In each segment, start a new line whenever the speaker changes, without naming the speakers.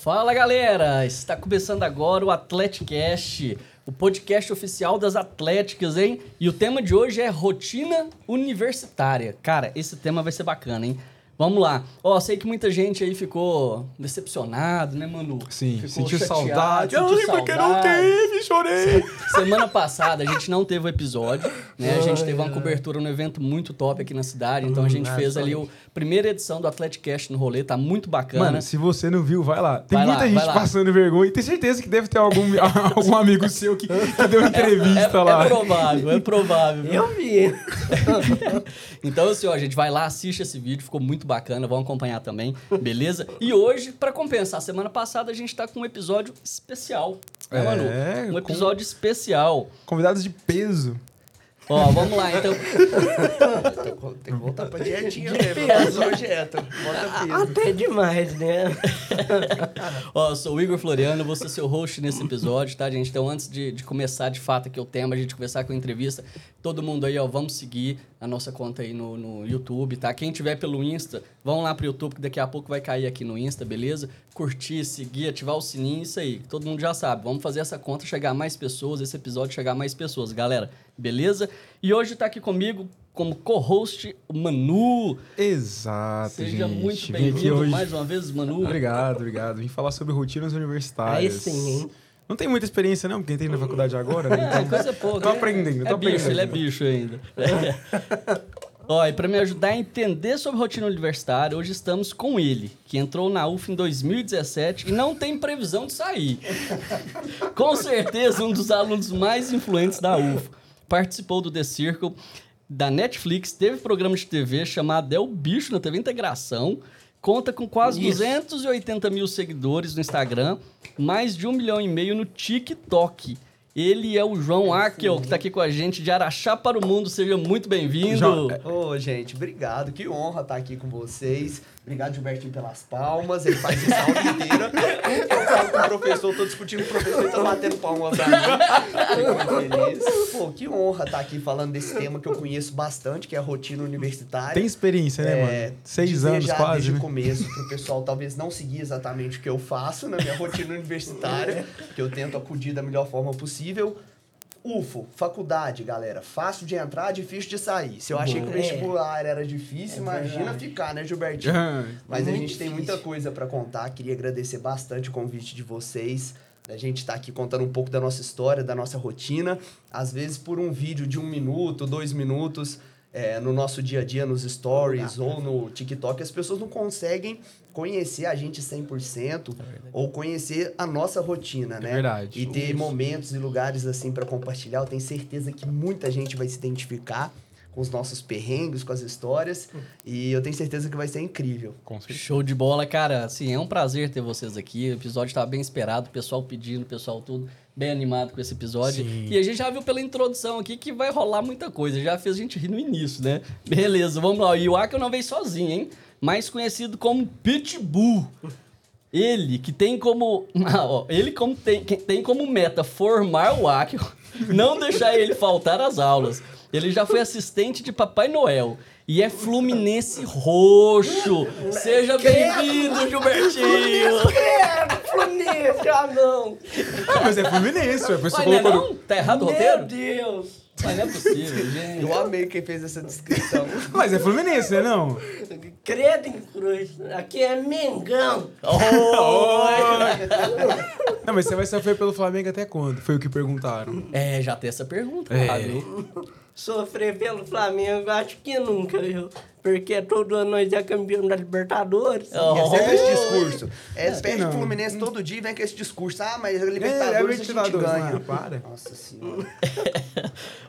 Fala galera, está começando agora o Atleticast, o podcast oficial das Atléticas, hein? E o tema de hoje é rotina universitária. Cara, esse tema vai ser bacana, hein? Vamos lá. Ó, sei que muita gente aí ficou decepcionado, né, Manu?
Sim,
ficou
sentiu
chateado,
saudade.
sentiu
Ai, porque não
saudade.
teve, chorei.
Semana passada a gente não teve o episódio, né? A gente teve uma cobertura num evento muito top aqui na cidade, então
Hum,
a gente fez ali o primeira edição do Atleticast no rolê, tá muito bacana.
Mano, se você não viu, vai lá. Tem
Vai lá,
muita
vai
gente
lá.
passando vergonha e tem certeza que deve ter algum, algum amigo seu que, que deu
é,
entrevista lá.
é provável, é provável. viu?
Eu vi.
Então, assim, ó, gente, vai lá, assiste esse vídeo, ficou muito bacana, vão acompanhar também, beleza? E hoje, pra compensar, semana passada a gente tá com um episódio especial, né,
É,
Manu? Um
com-
episódio especial.
Convidados de peso.
Ó, vamos lá, então.
Tem que voltar pra dietinha mesmo. É só dieta. Bota peso. Até demais, né?
Ó, eu sou o Igor Floriano, vou ser seu host nesse episódio, tá, gente? Então, antes de, de começar de fato aqui o tema, a gente começar com a entrevista, todo mundo aí, ó, vamos seguir a nossa conta aí no, no YouTube, tá? Quem tiver pelo Insta, vão lá pro YouTube, que daqui a pouco vai cair aqui no Insta, beleza? Curtir, seguir, ativar o sininho, isso aí. Todo mundo já sabe. Vamos fazer essa conta chegar a mais pessoas, esse episódio chegar a mais pessoas, galera, beleza? E hoje tá aqui comigo, como co-host, o Manu.
Exato,
Seja
gente.
muito
Vim aqui
bem-vindo
hoje.
mais uma vez, Manu.
Obrigado, obrigado. Vim falar sobre rotinas universitárias.
um. Aí sim, hein?
Não tem muita experiência, não, porque entrei na faculdade agora, né?
É,
Então,
coisa pouca.
Tô aprendendo,
é
tô
bicho,
aprendendo.
ele é bicho ainda. É. Ó, e pra me ajudar a entender sobre rotina universitária, hoje estamos com ele, que entrou na UF em 2017 e não tem previsão de sair. com certeza, um dos alunos mais influentes da UF. Participou do The Circle, da Netflix, teve programa de TV chamado É o Bicho na TV Integração. Conta com quase
Isso.
280 mil seguidores no Instagram, mais de um milhão e meio no TikTok. Ele é o João Arkel, que tá aqui com a gente de Araxá para o Mundo. Seja muito bem-vindo.
João,
Ô, gente, obrigado. Que honra estar aqui com vocês. Obrigado, Gilbertinho, pelas palmas. Ele faz isso a aula inteira. Eu falo com o professor, tô discutindo com o professor e tá batendo palma pra mim. Fico muito feliz. Pô, que honra estar aqui falando desse tema que eu conheço bastante, que é a rotina universitária.
Tem experiência, né,
É,
mano? Seis
dizer
anos
já
quase,
Desde
né?
o começo, pro pessoal talvez não seguir exatamente o que eu faço na minha rotina universitária,
É.
que eu tento acudir da melhor forma possível. UFO, faculdade, galera. Fácil de entrar, difícil de sair. Se eu achei que o
É.
vestibular era
É
difícil, imagina ficar, né, Gilbertinho? Mas a
Muito
gente tem muita coisa pra contar. Queria agradecer bastante o convite de vocês. A gente tá aqui contando um pouco da nossa história, da nossa rotina. Às vezes por um vídeo de um minuto, dois minutos, é, no nosso dia a dia, nos stories ou no TikTok, as pessoas não conseguem conhecer a gente 100% ou conhecer a nossa rotina, né?
verdade.
E ter momentos e lugares assim pra compartilhar. Eu tenho certeza que muita gente vai se identificar com os nossos perrengues, com as histórias. E eu tenho certeza que vai ser incrível.
Com certeza.
Show de bola, cara. Assim, é um prazer ter vocês aqui. O episódio tá bem esperado, o pessoal pedindo, o pessoal tudo bem animado com esse episódio.
Sim.
E a gente já viu pela introdução aqui que vai rolar muita coisa. Já fez a gente rir no início, né? Beleza, vamos lá. E o Akel não veio sozinho, hein? Mais conhecido como Pitbull. Ele que tem como. Ah, ó, ele como tem, que tem como meta formar o Akio, não deixar ele faltar às aulas. Ele já foi assistente de Papai Noel e é Fluminense Roxo. Seja bem-vindo, Gilbertinho.
Fluminense, ah não!
Ah, mas é Fluminense, ué. Você
Mas não é
colocou no-
não? Tá errado o
Meu
roteiro?
Deus!
Mas não é possível, gente.
Eu amei quem fez essa descrição.
Mas é Fluminense, né, não?
Credo em cruz, aqui é Mengão!
Não, mas você vai sofrer pelo Flamengo até quando? Foi o que
Hum,
perguntaram.
É, já tem essa pergunta,
É.
Fábio.
Sofrer pelo Flamengo, acho que nunca, viu? Porque todo ano nós é campeão da Libertadores.
É
Oh.
sempre esse discurso. É, perde
não.
o Fluminense todo dia e vem com esse discurso. Ah, mas a
é
Libertadores a gente
Libertadores,
ganha.
ah, para.
É
Nossa senhora.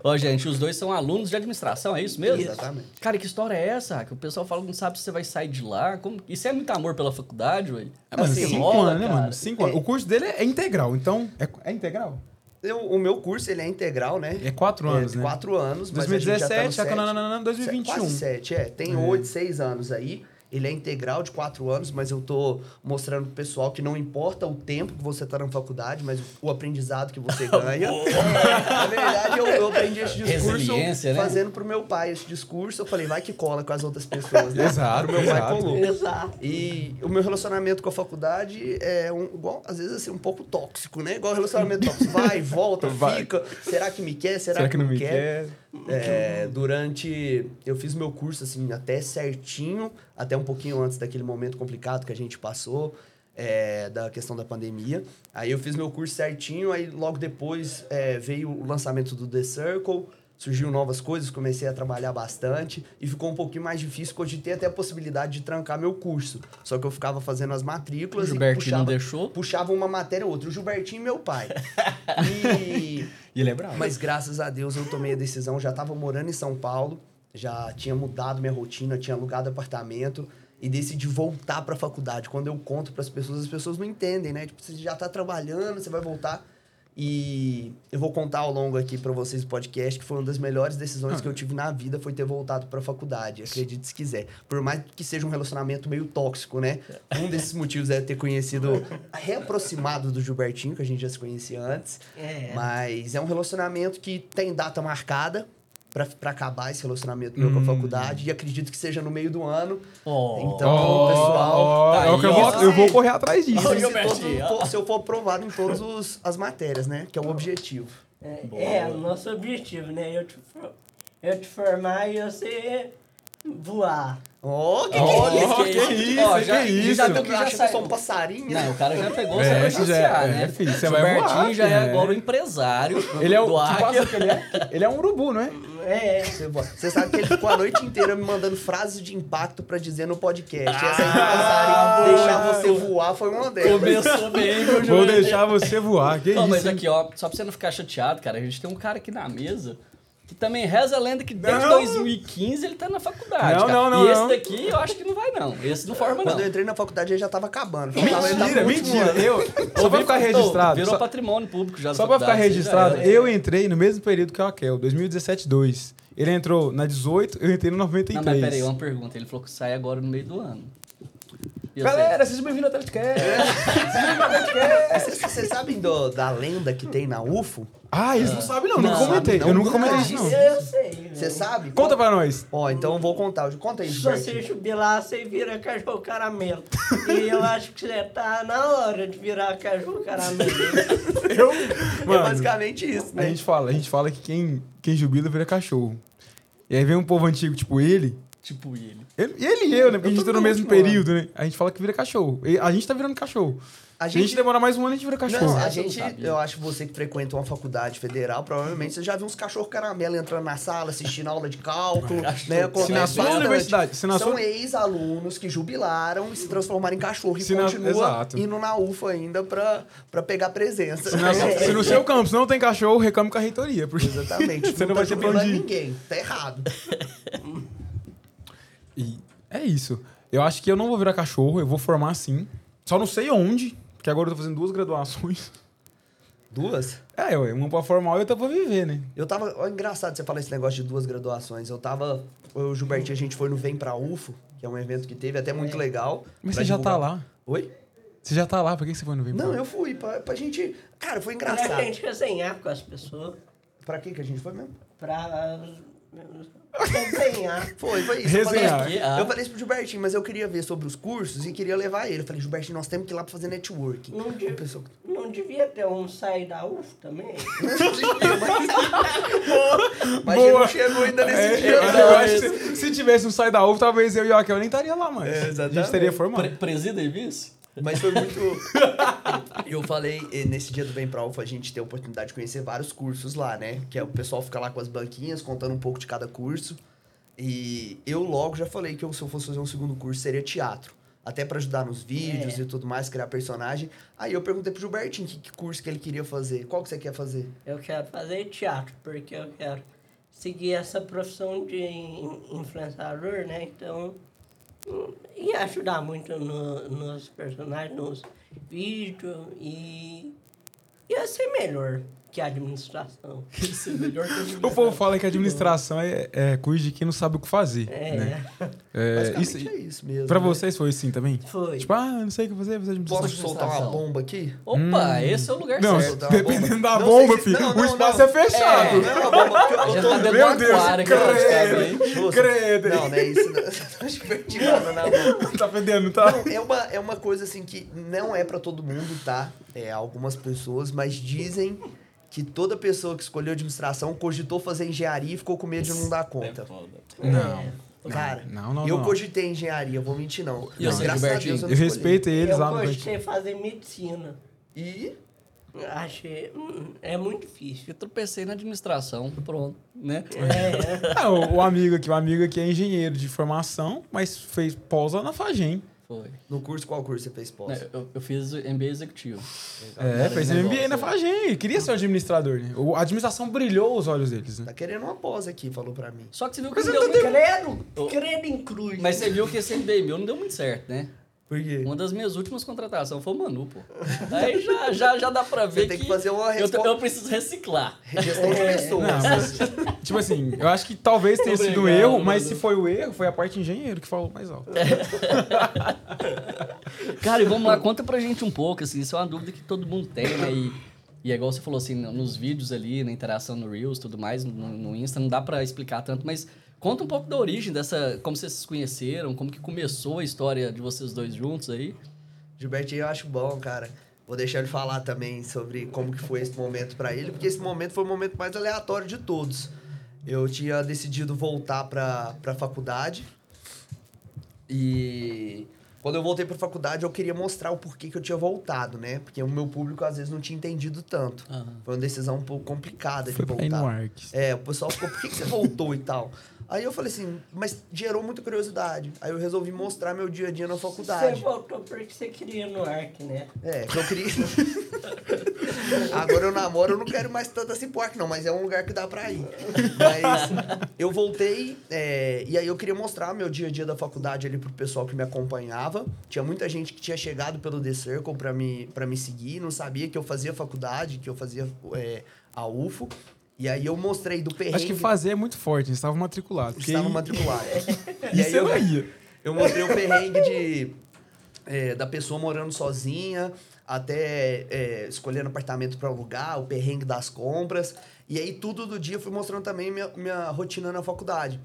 Ó, gente, os dois são alunos de administração, é isso mesmo?
Exatamente.
Cara, que história é essa? Que o pessoal fala que não sabe se você vai sair de lá. Como... Isso é muito amor pela faculdade, velho?
É, mano,
Assim,
cinco
rola,
anos, né,
cara.
mano? Cinco anos. O curso dele é integral, então. É, é integral?
Eu- o meu curso, ele é integral, né?
É quatro anos, né?
Quatro anos, mas a gente já tá no
2017, já tá
sete.
na, na, na, na,
Se- Quase
2021.
sete, é. Tem oito, seis anos aí. ele é integral de quatro anos, mas eu tô mostrando pro pessoal que não importa o tempo que você tá na faculdade, mas o aprendizado que você ganha. É, na verdade, eu, eu aprendi esse discurso
Resiliência, né?
fazendo pro meu pai esse discurso. Eu falei, vai que cola com as outras pessoas, né?
Exato,
Pro meu pai
exato.
colou.
Exato.
E o meu relacionamento com a faculdade é um, igual, às vezes, assim, um pouco tóxico, né? Igual relacionamento tóxico. Vai, volta,
Vai.
fica. Será que me quer? Será,
Será que não me quer?
É, durante. Eu fiz meu curso, assim, até certinho, até um pouquinho antes daquele momento complicado que a gente passou. é, da questão da pandemia. Aí eu fiz meu curso certinho, aí logo depois é, veio o lançamento do The Circle, surgiu novas coisas, comecei a trabalhar bastante e ficou um pouquinho mais difícil, cogitei até a possibilidade de trancar meu curso. Só que eu ficava fazendo as matrículas
O Gilbertinho
e puxava,
não deixou?
puxava uma matéria ou outra. O Gilbertinho e meu pai. E
E ele é bravo.
mas graças a Deus eu tomei a decisão, já estava morando em São Paulo, já tinha mudado minha rotina, tinha alugado apartamento e decidi voltar para a faculdade. Quando eu conto para as pessoas, as pessoas não entendem, né? Tipo, você já tá trabalhando, você vai voltar. E eu vou contar ao longo aqui para vocês o podcast que foi uma das melhores decisões que eu tive na vida foi ter voltado para a faculdade, acredite se quiser. Por mais que seja um relacionamento meio tóxico, né? Um desses motivos é ter conhecido, reaproximado do Gilbertinho, que a gente já se conhecia antes.
É.
Mas é um relacionamento que tem data marcada pra, pra acabar esse relacionamento meu
Hum.
com a faculdade. E acredito que seja no meio do ano.
Oh.
Então, pessoal.
Ó,
tá
é o que eu,
aí, ó.
vou, eu vou correr atrás disso.
Olha
se,
o Gilbertinho,
todo-
ó.
for- se eu for aprovado em todas as matérias, né? Que é o objetivo.
É,
Boa.
é o nosso objetivo, né? Eu te, for- eu te formar e você voar.
Oh,
Olha,
que que é isso?
que isso,
Ó,
que
já,
isso.
Já deu
Eu
que já
acho que eu sou
saiu.
um passarinho.
Não, o cara já pegou
É,
o
esse
seu
já
já,
é,
né?
filho, você
o
vai
Bertinho
voar,
já é
filho,
agora o
é.
empresário
Ele é o.
do
Que
Acre.
passa que ele, é, ele é um urubu, não é?
É,
Você vo- Você sabe que ele ficou a noite inteira me mandando frases de impacto pra dizer no podcast. Essa aí,
Ah,
passarinho, deixar você voar foi uma delas.
Começou bem, viu,
Vou
Gilberto?
deixar você voar. Que
Ó,
isso?
é- mas
hein?
aqui, ó, só pra você não ficar chateado, cara, a gente tem um cara aqui na mesa que também reza a lenda que desde
Não.
2015 ele tá na faculdade.
Não,
cara.
não, não,
E esse
não.
daqui eu acho que não vai, não. Esse não forma, não.
Quando eu entrei na faculdade, ele já tava acabando. Faltava,
tá
ele tá tava
Mentira,
no último
mentira.
ano.
Eu, só pra
Ouvi-
ficar
Ô,
registrado.
Virou
Só,
patrimônio público já da
só pra ficar
faculdade, isso aí já
registrado,
era.
eu entrei no mesmo período que o Raquel, 2017 2. Ele entrou na 18, eu entrei no
Não,
93.
mas peraí, uma pergunta. Ele falou que sai agora no meio do ano. E eu
Galera, sejam bem-vindos ao
É,
Atlético.
Vocês vocês sabem do- da lenda que tem na UFO?
Ah, eles não sabem, não.
Não
nunca
sabe,
comentei.
não.
Eu nunca
Nunca
comentei isso, não.
eu sei.
Você
velho.
sabe?
Conta pra nós.
Ó, então eu vou contar. Conta aí,
Se
Gilberto.
você jubilar, você vira cachorro caramelo. E eu acho que você tá na hora de virar cachorro caramelo.
Eu?
É
Mano,
basicamente isso,
a
né?
gente fala, a gente fala que quem, quem jubila vira cachorro. E aí vem um povo antigo, tipo ele.
Tipo ele.
Ele, ele e eu, né? Porque a
Eu
gente
tô
tá no
no
mesmo
último
período, né? A gente fala que vira cachorro. E A gente tá virando cachorro.
A
A
gente-
gente, demora mais um ano e a gente vira cachorro.
Não, a
Essa eu não
gente,
sabia.
eu acho que você que frequenta uma faculdade federal, provavelmente você já viu uns cachorro caramelo entrando na sala, assistindo aula de cálculo, né? Acontece
Se na sua
bastante.
universidade, se na
São
sua-
ex-alunos que jubilaram e se transformaram em cachorro e
Se na-
continua
Exato.
indo na UFA ainda pra, pra pegar presença. É,
Se, na- se no seu campus não tem cachorro, reclama com a reitoria. Porque...
Exatamente.
Você não
tá
vai ter pra
jubilando
onde ir.
ninguém. Tá errado.
E é isso. Eu acho que eu não vou virar cachorro, eu vou formar sim. Só não sei onde, porque agora eu tô fazendo duas graduações.
Duas?
É, ué, uma pra formar e outra pra viver, né?
Eu tava. Ó, engraçado você falar esse negócio de duas graduações. Eu tava. Eu e o Gilbertinho, a gente foi no Vem Pra UFO, que é um evento que teve, até muito legal.
É. Mas
pra
você já tá
divulgar.
lá.
Oi?
Você já tá lá, por que que você foi no Vem
Não,
Pra-
eu fui pra, pra gente. Cara, foi
pra
engraçado.
gente resenhar com as pessoas.
Pra quem que a gente foi mesmo?
Pra resenhar.
Foi, foi isso. Eu falei
Resenhar.
isso- Eu falei,
Ah.
isso pro Gilbertinho, mas eu queria ver sobre os cursos e queria levar ele. Eu falei, Gilbertinho, nós temos que ir lá pra fazer networking.
Não,
Uma
de-
pessoa-
não devia ter um sair da UF também?
mas mas ele
Boa.
não chegou ainda nesse
É,
dia.
eu,
não.
eu acho que se, se tivesse um sai da ovo, talvez eu e o Raquel nem estaria lá mais.
É,
a
exatamente.
gente teria formado.
Pre presida e vice?
Mas foi muito. Eu falei, eh, nesse dia do Bem Pra Ufa, a gente tem a oportunidade de conhecer vários cursos lá, né? Que é o pessoal fica lá com as banquinhas, contando um pouco de cada curso. E eu logo já falei que eu, se eu fosse fazer um segundo curso, seria teatro. Até pra ajudar nos vídeos
É.
e tudo mais, criar personagem. Aí eu perguntei pro Gilbertinho que, que curso que ele queria fazer. Qual que você quer fazer?
Eu quero fazer teatro, porque eu quero seguir essa profissão de in- influenciador, né? Então, hum, ia ajudar muito no- nos personagens, nos vídeos, e ia ser melhor. que a administração.
Isso é melhor que
O povo fala que a administração é, é cuide de quem não sabe o que fazer.
É,
Né? É,
Basicamente
isso,
é isso mesmo.
pra
né?
vocês foi assim também?
foi.
Tipo, ah, não sei o que fazer, você administração.
Posso soltar uma bomba aqui?
Opa, esse é o lugar
Hum. Não, tá
certo.
soltar uma
dependendo da
bomba. Não
bomba,
sei se-
filho,
não,
o
não,
espaço
não.
é fechado.
Não, né? uma bomba porque eu
Já
tô
tá dando
Meu
uma
Deus,
clara aqui nos
tá
cabos aí.
Justo.
Credo.
Não, não é isso. não. Tô divertindo na boca.
tá fedendo, tá?
Não, é, uma, é uma coisa assim que não é pra todo mundo, tá? É algumas pessoas, mas dizem que toda pessoa que escolheu administração cogitou fazer engenharia e ficou com medo de não dar
É
conta.
Não.
Cara,
Não, não,
eu
não.
cogitei engenharia, vou mentir não.
E eu sei,
Graças a
Gilbertinho,
Deus eu
Eu
não escolhi.
respeito eles,
eu
sabe?
gostei de fazer medicina.
E
Achei. hum, É muito difícil.
Eu tropecei na administração, pronto, né?
É,
Ah, o, o amigo aqui, o amigo aqui é engenheiro de formação, mas fez pós lá na Fagem.
Foi.
no curso, qual curso você fez pós?
Né, Eu, eu fiz MBA executivo.
É, fez
Vários
MBA na
negócios,
Fagem. Queria ser um administrador, né? O- A administração brilhou os olhos deles, né?
Tá querendo uma pós aqui, falou pra mim.
Só que você viu que
Mas
não
eu
deu
tô
muito...
credo, credo em cruz.
Mas você viu que esse MBA meu não deu muito certo, né?
Por quê?
Uma das minhas últimas contratações foi o Manu, pô. Aí já, já, já dá pra ver
Você tem que fazer uma
eu,
respo-
eu preciso reciclar.
Gestão de pessoas.
É, Não, mas, tipo assim, eu acho que talvez tenha sido um
Obrigado,
erro,
mano.
mas se foi o erro, foi a parte engenheiro que falou mais alto.
Cara, e vamos lá, conta pra gente um pouco, assim, isso é uma dúvida que todo mundo tem, né? E, e é igual você falou, assim, no- nos vídeos ali, na interação no Reels, tudo mais, no, no Insta, não dá pra explicar tanto, mas conta um pouco da origem dessa, como vocês se conheceram, como que começou a história de vocês dois juntos aí.
Gilbertinho eu acho bom, cara. Vou deixar ele falar também sobre como que foi esse momento pra ele, porque esse momento foi o momento mais aleatório de todos. Eu tinha decidido voltar pra pra faculdade e quando eu voltei pra faculdade eu queria mostrar o porquê que eu tinha voltado, né? Porque o meu público às vezes não tinha entendido tanto. Foi uma decisão um pouco complicada
Foi
de
pra ir no
voltar.
Arcs.
É, o pessoal ficou, por que, que você voltou e tal? Aí eu falei assim, mas gerou muita curiosidade. Aí eu resolvi mostrar meu dia a dia na
Você
faculdade.
voltou porque você queria no arc, né?
É, que eu queria. Agora eu namoro, eu não quero mais tanto assim pro Acre, não, mas é um lugar que dá pra ir. Mas eu voltei, é, e aí eu queria mostrar meu dia a dia da faculdade ali pro pessoal que me acompanhava. Tinha muita gente que tinha chegado pelo The Circle pra me, pra me seguir, não sabia que eu fazia faculdade, que eu fazia é, a UFO. E aí eu mostrei do perrengue.
Acho que fazer é muito forte, eles estavam matriculados. porque
Estava
aí-
matriculado.
E você não ia.
Eu mostrei o perrengue de, é, da pessoa morando sozinha, até é, escolhendo apartamento para alugar, o perrengue das compras. E aí, tudo do dia, eu fui mostrando também minha, minha rotina na faculdade.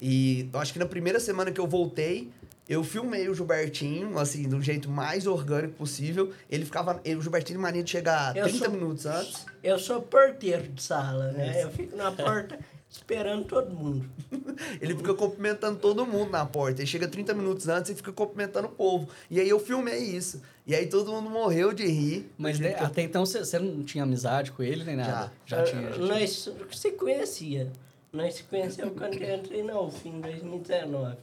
E eu acho que na primeira semana que eu voltei, eu filmei o Gilbertinho, assim, do jeito mais orgânico possível. Ele ficava. ele- o Gilbertinho tem mania de chegar
Eu
30
sou-
minutos antes.
Eu sou porteiro de sala, né?
É.
Eu fico na porta esperando todo mundo.
Ele fica cumprimentando todo mundo na porta. Ele chega 30 minutos antes e fica cumprimentando o povo. E aí eu filmei isso. E aí todo mundo morreu de rir.
Mas
Porque
né, até então você você não tinha amizade com ele nem nada? Já, tinha. já tinha.
Nós se conhecia. Nós se conhecemos quando eu entrei na UF, em 2019.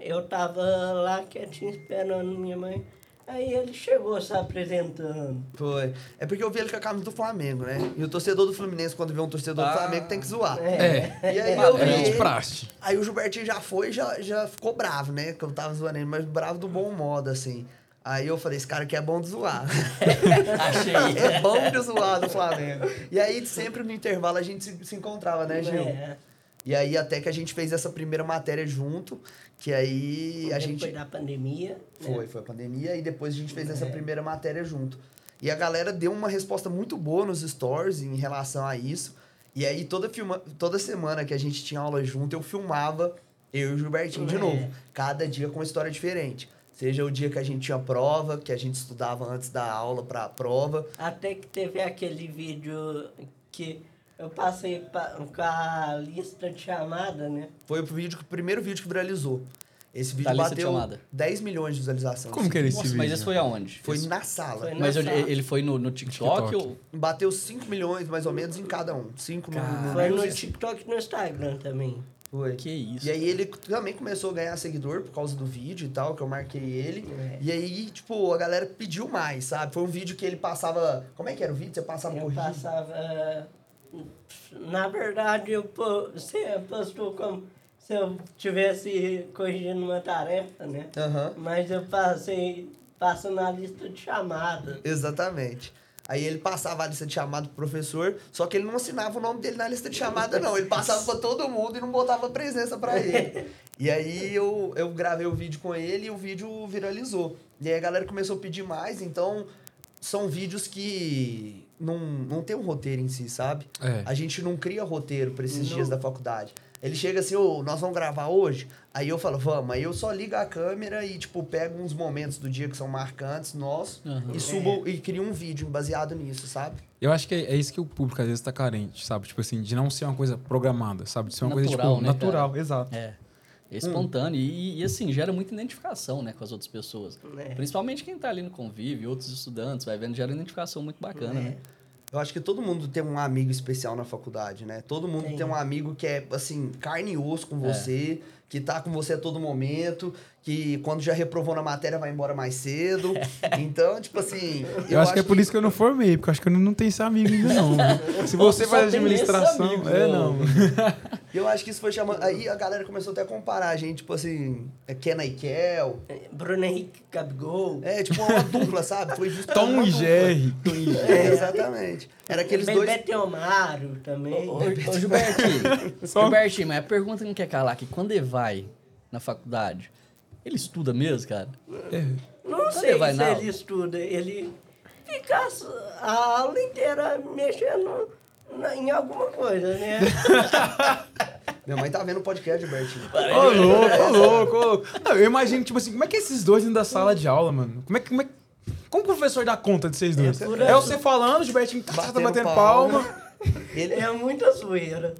Eu tava lá quietinho esperando minha mãe. Aí ele chegou se apresentando.
Foi. É porque eu vi ele com a camisa do Flamengo, né? E o torcedor do Fluminense, quando vê um torcedor
Ah.
do Flamengo, tem que zoar.
É.
E
né?
aí eu vi
É de
ele,
praxe.
Aí o Gilbertinho já foi e já, já ficou bravo, né? Que eu tava zoando ele, mas bravo do bom modo, assim. Aí eu falei, esse cara aqui é bom de zoar.
Achei.
é bom de zoar do Flamengo. E aí sempre no intervalo a gente se, se encontrava, né, Gil?
É.
E aí até que a gente fez essa primeira matéria junto, que aí a
Depois
gente
da pandemia. É. né?
foi, foi a pandemia e depois a gente fez essa primeira matéria junto. E a galera deu uma resposta muito boa nos stories em relação a isso. E aí toda filma, toda semana que a gente tinha aula junto, eu filmava eu e o Gilbertinho de
É.
novo, cada dia com uma história diferente. Seja o dia que a gente tinha prova, que a gente estudava antes da aula pra prova.
Até que teve aquele vídeo que eu passei pa- com a lista de chamada, né?
Foi o vídeo que o primeiro vídeo que viralizou. Esse vídeo
Da
Tá
lista de
bateu
chamada.
10 milhões de visualizações. assim.
Como que é era esse
Nossa,
vídeo?
mas esse foi aonde?
Foi
Esse-
na sala.
Foi na
Mas eu-
sala.
ele foi no, no TikTok,
TikTok.
ou...
Bateu 5 milhões, mais ou menos, em cada um. 5 milhões.
Foi no TikTok e no Instagram também.
Foi.
Que é isso?
E aí ele também começou a ganhar seguidor por causa do vídeo e tal, que eu marquei ele.
É.
E aí, tipo, a galera pediu mais, sabe? Foi um vídeo que ele passava... Como é que era o vídeo? Você passava
Eu
corrida?
passava. eh, Na verdade, eu po- você postou como se eu tivesse corrigindo uma tarefa, né?
Aham.
Mas eu passei passando a lista de chamada.
Exatamente. Aí ele passava a lista de chamada pro professor, só que ele não assinava o nome dele na lista de chamada, não. Ele passava pra todo mundo e não botava presença pra ele. E aí eu, eu gravei o vídeo com ele e o vídeo viralizou. E aí a galera começou a pedir mais, então são vídeos que não, não tem um roteiro em si, sabe?
É.
A gente não cria roteiro pra esses dias da faculdade. Ele chega assim, ô, nós vamos gravar hoje? Aí eu falo, vamos. Aí eu só ligo a câmera e, tipo, pego uns momentos do dia que são marcantes, nós, e subo e crio um vídeo baseado nisso, sabe?
Eu acho que é, é isso que o público às vezes tá carente, sabe? Tipo assim, de não ser uma coisa programada, sabe? De ser uma coisa,
Natural,
tipo,
né,
natural, exato.
É. É espontâneo. E, e, assim, gera muita identificação né, com as outras pessoas.
É.
Principalmente quem tá ali no convívio, outros estudantes, vai vendo, gera uma identificação muito bacana, né?
Eu acho que todo mundo tem um amigo especial na faculdade, né? Todo mundo tem,
Tem.
um amigo que é, assim, carne e osso com
É.
você, que tá com você a todo momento, que quando já reprovou na matéria vai embora mais cedo. então, tipo assim.
Eu, acho, que é por isso que eu não formei, porque eu acho que eu não tenho esse amigo ainda, não. viu? Se você
Só
faz
tem esse
administração.
amigo,
é,
não.
não.
Eu acho que isso foi chamando. Aí a galera começou até a comparar a gente, tipo assim, é Kenna e Kel.
É, Bruno Henrique Gabigol.
É, tipo uma dupla, sabe? Foi visto como
Tom
uma
e
dupla.
Jerry. Tom e Jerry.
É, exatamente. Era aqueles
Bebê
dois.
Teomaro também.
Ô, ô, Gilbertinho, Gilbertinho, mas a pergunta que não quer calar aqui, quando ele vai na faculdade, ele estuda mesmo, cara?
Não
Cadê
sei
vai,
se
não?
ele estuda. Ele fica as- a aula inteira mexendo na- em alguma coisa, né?
Minha mãe tá vendo o podcast, Bertinho.
Ô, louco, ô, louco, ô, louco. Não, eu imagino, tipo assim, como é que esses dois dentro da sala de aula, mano? Como é que. Como, é que- como que o professor dá conta de vocês dois?
É por
É,
aí.
você falando, o Gilbertinho tá tá
Batendo
batendo,
palma.
palma.
Ele,
É muita zoeira.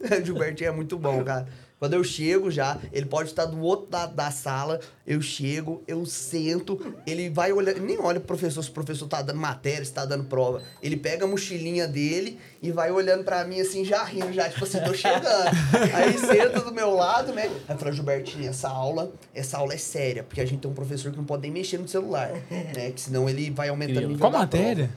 O Gilbertinho é muito bom, cara. Quando eu chego já, ele pode estar do outro lado da sala, eu chego, eu sento, ele vai olhar, nem olha pro professor se o professor tá dando matéria, se tá dando prova. Ele pega a mochilinha dele e vai olhando pra mim assim, já rindo, já, tipo assim, tô chegando. Aí senta do meu lado, né? Aí fala, Gilbertinho, essa aula, essa aula é séria, porque a gente tem um professor que não pode nem mexer no celular, né? Que senão ele vai aumentando o nível
Qual
da
matéria?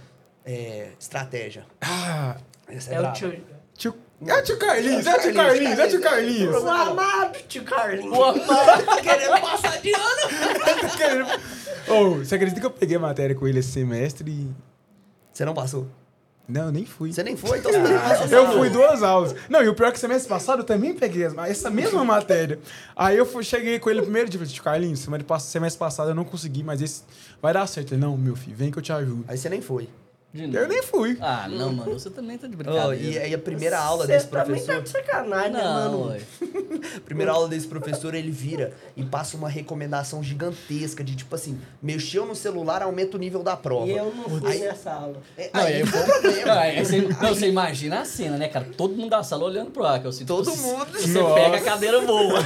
prova. É, estratégia.
Ah,
Essa
É o
braba.
tio.
tio. É o tio Carlinhos, é o tio Carlinhos, é o tio Carlinhos.
O amado tio Carlinhos. Tá
Querendo passar de ano.
Ô, você acredita que eu peguei matéria com ele esse semestre e.
Você não passou?
Não, eu nem fui.
Você nem foi, então você nem passou.
Eu fui duas aulas. Não, e o pior é que semestre passado eu também peguei as- essa mesma matéria. Aí eu fui- cheguei com ele primeiro dia, tipo, Carlinhos, semana de pass- semestre passado eu não consegui, mas esse vai dar certo. Ele, não, meu filho, vem que eu te ajudo.
Aí você nem foi.
De
Eu
novo.
nem fui.
Ah, não, mano, você também tá de
Oh, e
brincadeira. Ah,
aí a primeira aula desse
Você também tá
professor,
de sacanagem, né,
Não,
mano?
ué.
a primeira aula desse professor, ele vira e passa uma recomendação gigantesca de tipo assim, mexeu no celular, aumenta o nível da prova.
E eu não fui né?
Aí-
nessa aula.
É,
Não,
aí
e aí,
foi o
Não,
problema.
aí você, não, você imagina a cena, né, cara? Todo mundo da sala olhando pro ar, que eu sinto.
Todo
você-
mundo.
Você
Nossa.
pega a cadeira boa.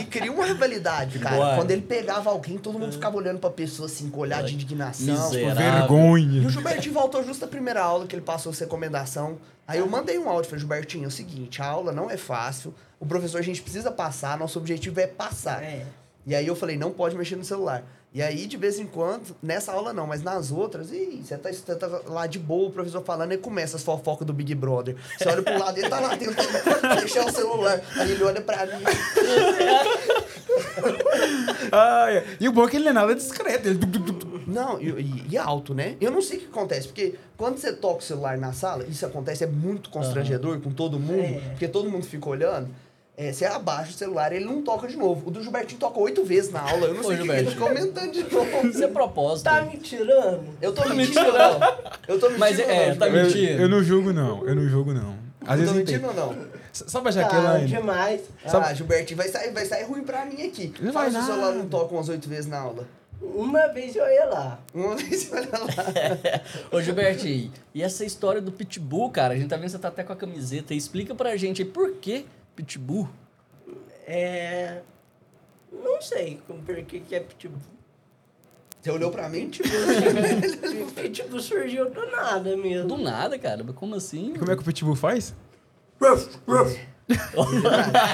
E cria uma rivalidade, cara.
Bora.
Quando ele pegava alguém, todo mundo ficava olhando pra pessoa assim, com olhar de indignação. tipo,
Miséria.
E
Vergonha.
o Gilbertinho voltou justo a primeira aula que ele passou essa recomendação. Aí eu mandei um áudio, falei, Gilbertinho, é o seguinte, a aula não é fácil. O professor a gente precisa passar, nosso objetivo é passar.
É.
E aí eu falei, não pode mexer no celular. E aí, de vez em quando, nessa aula não, mas nas outras, ih, você tá, você tá lá de boa, o professor falando, e começa as fofocas do Big Brother. Você olha pro lado, ele tá lá tentando deixar o celular. Aí ele olha pra mim,
Ah, é. E o bom é que ele não é nada discreto. Ele... du- du- du- du-
Não, e, e- e alto, né? Eu não sei o que acontece, porque quando você toca o celular na sala, isso acontece, é muito constrangedor com todo mundo,
É.
porque todo mundo fica olhando. É, você abaixa o celular, ele não toca de novo. O do Gilbertinho toca oito vezes na aula, eu não
Ô,
sei o que que ele fica
Gilbertinho.
aumentando de novo.
Isso é propósito.
Tá me tirando?
Eu tô mentindo ou não? Eu
tá
tô mentindo
né? Mas
ou
é,
não,
tá
Gilbertinho?
Eu,
Mentira.
eu não julgo, não. Eu não julgo, não. Às
Eu
vezes
tô
não tem.
mentindo ou não?
S- Sabe a
Tá
Jaqueline?
demais.
Ah, Gilbertinho, vai sair, vai sair ruim pra mim aqui.
Não vai
Fala se o celular
nada.
não toca umas oito vezes na aula.
Uma vez eu ia lá.
Uma vez você olha lá.
Ô, Gilbertinho, e essa história do Pitbull, cara? A gente tá vendo que você tá até com a camiseta aí. Explica pra gente aí por que Pitbull?
É. Não sei como- por que que é pitbull.
Você olhou pra mim, tipo,
Pitbull tipo, surgiu do nada
Do
mesmo.
nada, cara. Mas Como assim?
Como é que o Pitbull faz?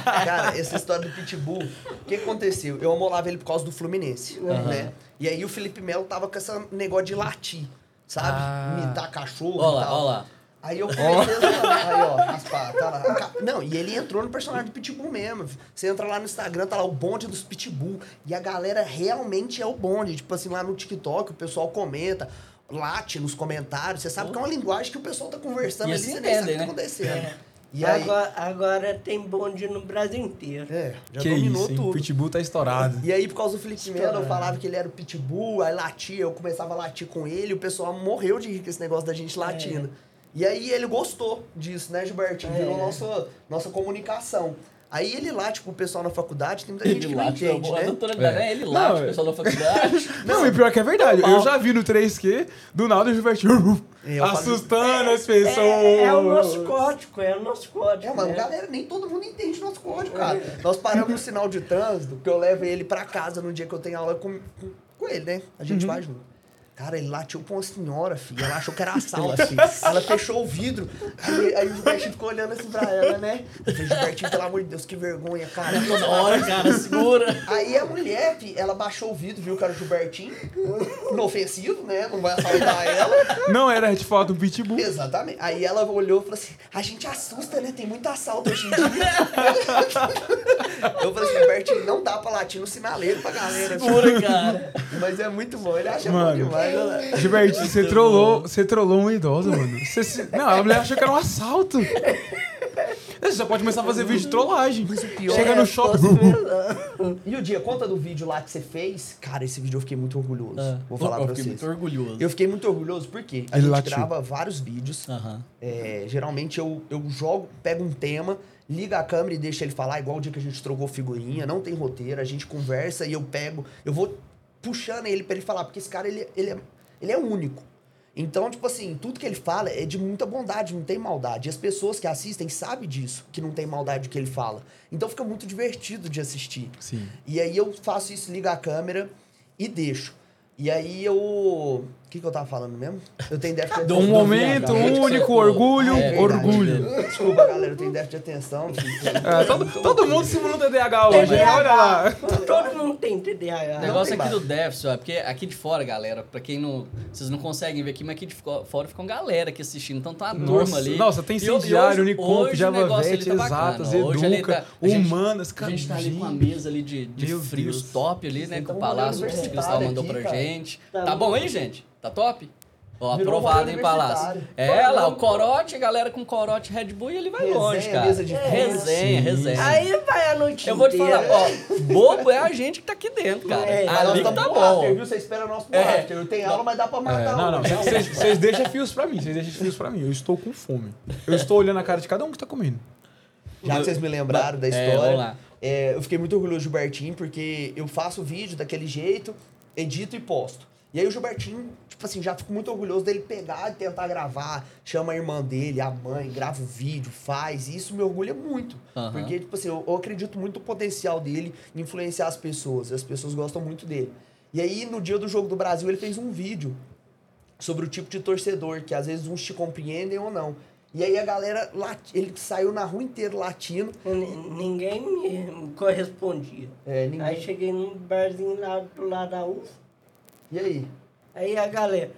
Cara, essa história do Pitbull, o que aconteceu? Eu amolava ele por causa do Fluminense, né? E aí o Felipe Melo tava com esse negócio de latir, sabe?
Ah.
Imitar cachorro
Ó
e
lá,
tal.
ó lá.
Aí eu comecei a zoar. Aí, ó, raspar, tá lá. Ca- Não, e ele entrou no personagem do Pitbull mesmo. Você entra lá no Instagram, tá lá o bonde dos Pitbull. E a galera realmente é o bonde. Tipo assim, lá no TikTok, o pessoal comenta. late nos comentários. Você sabe que é uma linguagem que o pessoal tá conversando
E
ali,
eles
você nem sabe o que
entendem,
tá
né?
acontecendo. E aí.
agora, agora tem bonde no Brasil inteiro.
É, já
que
dominou
isso, hein?
tudo.
Pitbull tá estourado.
E aí, por causa do Felipe Melo, eu
Estourado.
falava que ele era o pitbull, aí latia, eu começava a latir com ele, o pessoal morreu de rir com esse negócio da gente latindo. E aí ele gostou disso, né, Gilbertinho? Virou
É.
nossa, nossa comunicação. Aí ele late pro pessoal na faculdade, tem muita gente
Ele
que
late, meu
não entende,
amor. A
né?
doutora Lidara,
É.
ele
Não,
late,
é.
o pessoal da faculdade.
Não, e pior que é verdade.
Normal.
Eu já vi no 3Q, do nada o Gilbertinho
Eu falo-
assustando as
É,
pessoas.
é o nosso código, é o nosso código.
É, mano,
né?
galera, nem todo mundo entende nosso código, cara. Nós paramos no sinal de trânsito, que eu levo ele pra casa no dia que eu tenho aula com, com, com ele, né? A gente vai junto. Cara, ele latiu pra uma senhora, filho. Ela achou que era assalto, filho. Ela fechou o vidro. Aí, aí o Gilbertinho ficou olhando assim pra ela, né? Eu falei, Gilbertinho, pelo amor de Deus, que vergonha, cara.
Toda hora, cara, segura.
Aí a mulher, fi, ela baixou o vidro, viu que era o Gilbertinho. Inofensivo, né? Não vai assaltar ela.
Não era de fato um pitbull.
Exatamente. Aí ela olhou e falou assim: a gente assusta, né? Tem muito assalto hoje em dia. eu falei assim, Bertinho, não dá pra latir no sinaleiro pra galera.
Segura, cara.
Mas é muito bom, ele acha
Mano.
bom demais. né? Ela...
Gilbertinho, você trollou, você trollou uma idosa, mano. Você se- Não, a mulher achou que era um assalto. Você já pode começar a fazer vídeo de trollagem.
pior
Chega
é
no
as
shopping.
E o dia, conta do vídeo lá que você fez. Cara, esse vídeo eu fiquei muito orgulhoso. Vou falar
Ah. eu
pra
fiquei
vocês.
muito orgulhoso.
Eu fiquei muito orgulhoso porque a
Ele
gente
latiu.
grava vários vídeos.
Aham.
É, geralmente eu, eu jogo, pego um tema, liga a câmera e deixa ele falar, igual o dia que a gente trocou figurinha, não tem roteiro, a gente conversa e eu pego, eu vou puxando ele pra ele falar, porque esse cara ele, ele, é, ele é único. Então, tipo assim, tudo que ele fala é de muita bondade, não tem maldade. E as pessoas que assistem sabem disso, que não tem maldade o que ele fala. Então fica muito divertido de assistir.
Sim.
E aí eu faço isso, ligo a câmera e deixo. E aí eu. O que, que eu tava falando mesmo? Eu tenho déficit de
Dou
Um
atenção.
momento único, orgulho,
É,
orgulho.
Desculpa, galera, eu tenho déficit de atenção. filho.
É, todo, todo mundo simulando TDAH hoje, né?
TDAH.
Olha lá.
Todo mundo tem TDAH.
O
Não
negócio é
tem
aqui do
bar.
déficit, ó, porque aqui de fora, galera, pra quem não. Vocês não conseguem ver aqui, mas aqui de fo- fora ficam galera aqui assistindo. Então tá uma
Nossa,
turma ali.
nossa, tem
E hoje-
Cendiário,
hoje-
Unicomp,
hoje o
Java
negócio ali tá
Vet,
bacana.
Exatas,
Hoje ali tá-
Educa,
a gente-
Humanas,
A gente tá ali com uma
Cadinho.
mesa ali de, de
Meu
frios
Deus.
top ali, né? Que o
tão
Palácio que o Cristal
universitário
mandou
aqui,
pra
cara.
gente.
Tá
Tá bom
bom.
aí, gente? Tá top? Ó,
Virou
aprovado,
um
hein,
universitário.
Palácio? É, lá, o corote, a galera com corote Red Bull e ele vai
Resenha,
longe, cara.
mesa de frios.
resenha, resenha.
Aí vai a noite
Eu vou te
inteira.
falar, ó, bobo é a gente que tá aqui dentro, cara.
É,
Mas
Ali
nós
que
tamo
tá
pro after,
bom.
viu? Você espera o nosso
É.
after. Eu tenho aula, mas dá pra matar
É, não, não.
hoje.
Vocês vocês deixam fios pra mim, vocês deixam fios pra mim. Eu estou com fome. Eu estou olhando a cara de cada um que tá comendo.
Já que vocês me lembraram da
É, vamos
história,
lá.
é, eu fiquei muito orgulhoso do Gilbertinho, porque eu faço o vídeo daquele jeito, edito e posto. E aí o Gilbertinho, tipo assim, já fico muito orgulhoso dele pegar e tentar gravar, chama a irmã dele, a mãe, grava o vídeo, faz, e isso me orgulha muito.
Aham.
Porque, tipo assim, eu, eu acredito muito no potencial dele em influenciar as pessoas, e as pessoas gostam muito dele. E aí, no dia do Jogo do Brasil, ele fez um vídeo sobre o tipo de torcedor, que às vezes uns te compreendem ou não. E aí a galera, lati- ele saiu na rua inteira latindo.
N- Ninguém me correspondia.
É, ninguém-
Aí cheguei num barzinho lá do lado da UF,
E aí?
aí a galera.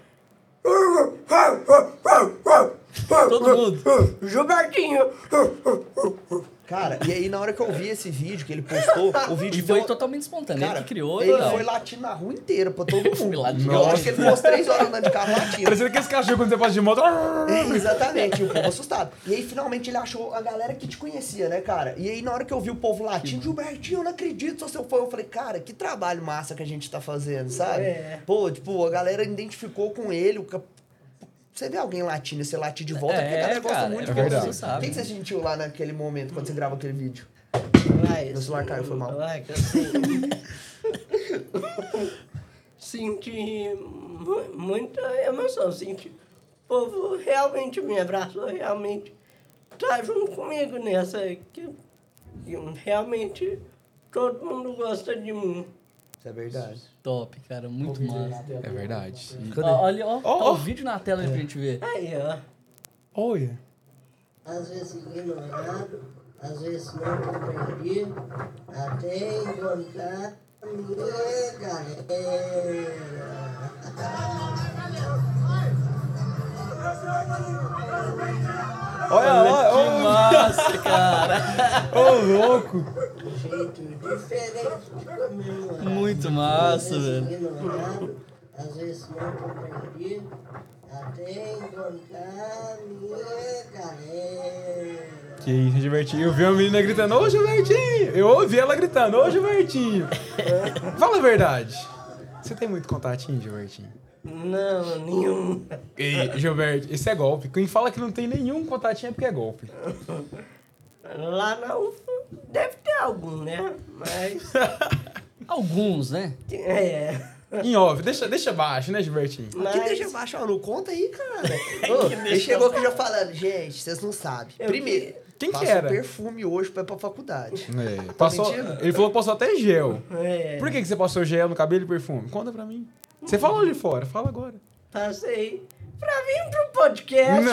Todo mundo.
Gilbertinho!
Cara, e aí na hora que eu vi esse vídeo que ele postou, o vídeo
E foi
deu-
totalmente espontâneo.
Cara,
ele que criou
ele
não.
foi latindo na rua inteira pra todo
Fui
mundo.
lá de
Eu acho que ele ficou umas três horas andando de carro latindo.
Parecendo que esse cachorro quando você passa de moto.
É, exatamente, e o povo assustado. E aí, finalmente, ele achou a galera que te conhecia, né, cara? E aí, na hora que eu vi o povo latindo, Gilbertinho, eu não acredito, sou seu fã. Eu falei, cara, que trabalho massa que a gente tá fazendo, sabe?
É.
Pô, tipo, a galera identificou com ele. o cap- Você vê alguém latindo e você late de volta,
É,
porque a galera gosta
cara,
muito
é
de
verdade.
você.
Você sabe. né?
O que que você sentiu lá naquele momento, quando você grava aquele vídeo?
Mas,
Meu celular caiu, foi mal.
Vai, que eu sei. senti mu- muita emoção, senti. O povo realmente me abraçou, realmente tá junto comigo nessa. Que, que realmente todo mundo gosta de mim.
Isso é verdade.
Top, cara. Muito massa.
É verdade.
Ó, olha, ó, tá
ó.
o vídeo na tela aí pra gente ver.
Aí, ó.
Olha.
às vezes ignorado, às vezes não compreendido, até encontrar a
Tá
minha galera.
Olha, olha,
Que massa, cara.
Ô, louco!
Um jeito diferente de comemorar.
Muito massa,
Às vezes
velho.
ignorado, às vezes não compreendi, até encontrar minha galera.
Que isso, Gilbertinho. Eu vi uma menina gritando, ô Gilbertinho! Eu ouvi ela gritando, ô Gilbertinho! Fala a verdade. Você tem muito contatinho, Gilbertinho?
Não, nenhum.
Ei, Gilberto, isso é golpe. Quem fala que não tem nenhum contatinho é porque é golpe.
Lá na UFA deve ter algum, né? Mas.
Alguns, né?
É.
Em off, deixa, deixa baixo, né, Gilbertinho?
Mas.
Que deixa baixo, ó, não conta aí, cara. Ô, ele chegou aqui já falando, gente, vocês não sabem.
Eu
Primeiro,
Quem que
passou
era?
perfume hoje pra ir pra faculdade.
É, passou,
mentindo?
ele falou que passou até gel.
É.
Por que, que você passou gel no cabelo e perfume? Conta pra mim.
Hum.
Você falou de fora, fala agora.
Passei pra vir pro podcast. né?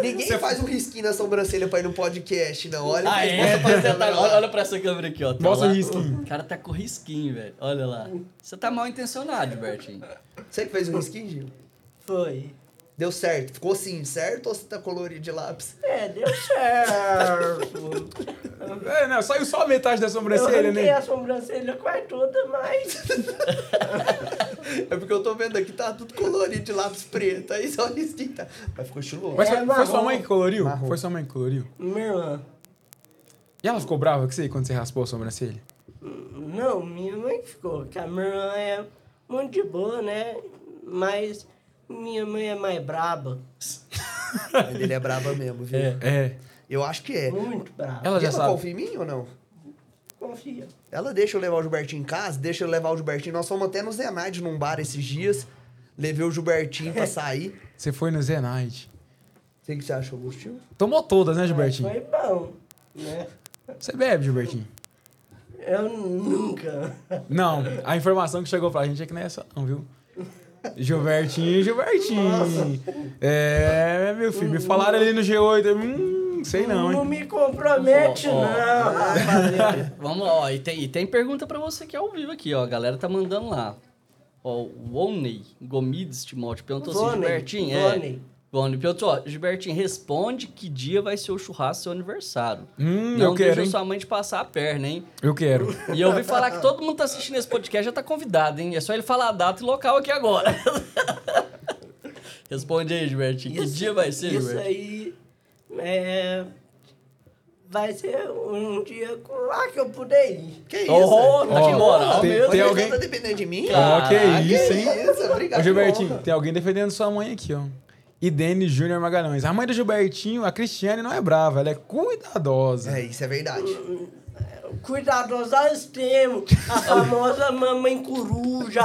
Ninguém faz um risquinho na sobrancelha pra ir no podcast, não. Olha
Ah,
mas
é?
mostra pra
Você tá-
ela lá.
olha, olha pra essa câmera aqui, ó. Tá
Mostra
lá.
o risquinho.
O cara tá com risquinho, velho. Olha lá. Você tá mal intencionado, Gilbertinho.
Você que fez um risquinho, Gil?
Foi.
Deu certo. Ficou assim, certo? Ou você tá colorido de lápis?
É, deu certo.
É, não, saiu só a metade da
Eu
sobrancelha,
arranquei
né?
a sobrancelha quase toda, mas.
É porque eu tô vendo aqui, tá tudo colorido de lápis preto. Aí só risquinho tá. Mas ficou chulo.
Mas
É,
foi, foi
marrom.
sua mãe que coloriu?
Marrom.
Foi sua mãe que coloriu?
Minha irmã.
E ela ficou brava com você quando você raspou a sobrancelha?
Não, minha mãe que ficou. Que a minha irmã é muito de boa, né? Mas minha mãe é mais braba.
Mas ele é braba mesmo, viu?
É.
Eu acho que é.
Muito braba.
Ela já sabe.
confia em mim ou não?
Confia.
Ela deixa eu levar o Gilbertinho em casa, deixa eu levar o Gilbertinho. Nós fomos até no Zenade num bar esses dias. Levei o Gilbertinho pra sair.
Você foi no Zenite.
O que que você achou, Gustinho?
Tomou todas, né,
Mas
Gilbertinho?
É, Foi bom, né?
Você bebe, Gilbertinho?
Eu nunca.
Não, a informação que chegou pra gente é que não é essa, não, viu? Gilbertinho, Gilbertinho. É, meu filho, me falaram ali no G8. Hum, sei não,
Não
hein?
me compromete,
Ó, ó.
não.
Vamos lá, ó. E tem, e tem pergunta pra você que é ao vivo aqui, ó. A galera tá mandando lá. Ó, o Oney Gomides Timóteo perguntou assim,
Voney,
Gilbertinho, é.
Voney.
Voney perguntou, ó, Gilbertinho, responde que dia vai ser o churrasco seu aniversário.
Hum,
Não
eu quero,
deixa
hein?
sua mãe te passar a perna, hein?
Eu quero.
E eu ouvi falar que todo mundo tá assistindo esse podcast já tá convidado, hein? É só ele falar a data e local aqui agora. Responde aí, Gilbertinho. que
Isso-
dia vai ser,
Isso
Gilbertinho?
aí é, vai ser um dia com- lá que eu puder ir.
Que isso?
Oh, tá
Ó,
de moral
tem-
mesmo.
tem
Você
alguém-
tá dependendo de mim? Ah,
Claro.
Ó, que
Caraca,
isso, hein?
Isso, obrigado.
Ô, Gilbertinho,
honra.
tem alguém defendendo sua mãe aqui, ó. Idene Júnior Magalhães. A mãe do Gilbertinho, a Cristiane, não é brava, ela é cuidadosa.
É, isso é verdade.
Cuidadoso ao extremo, a famosa mamãe coruja.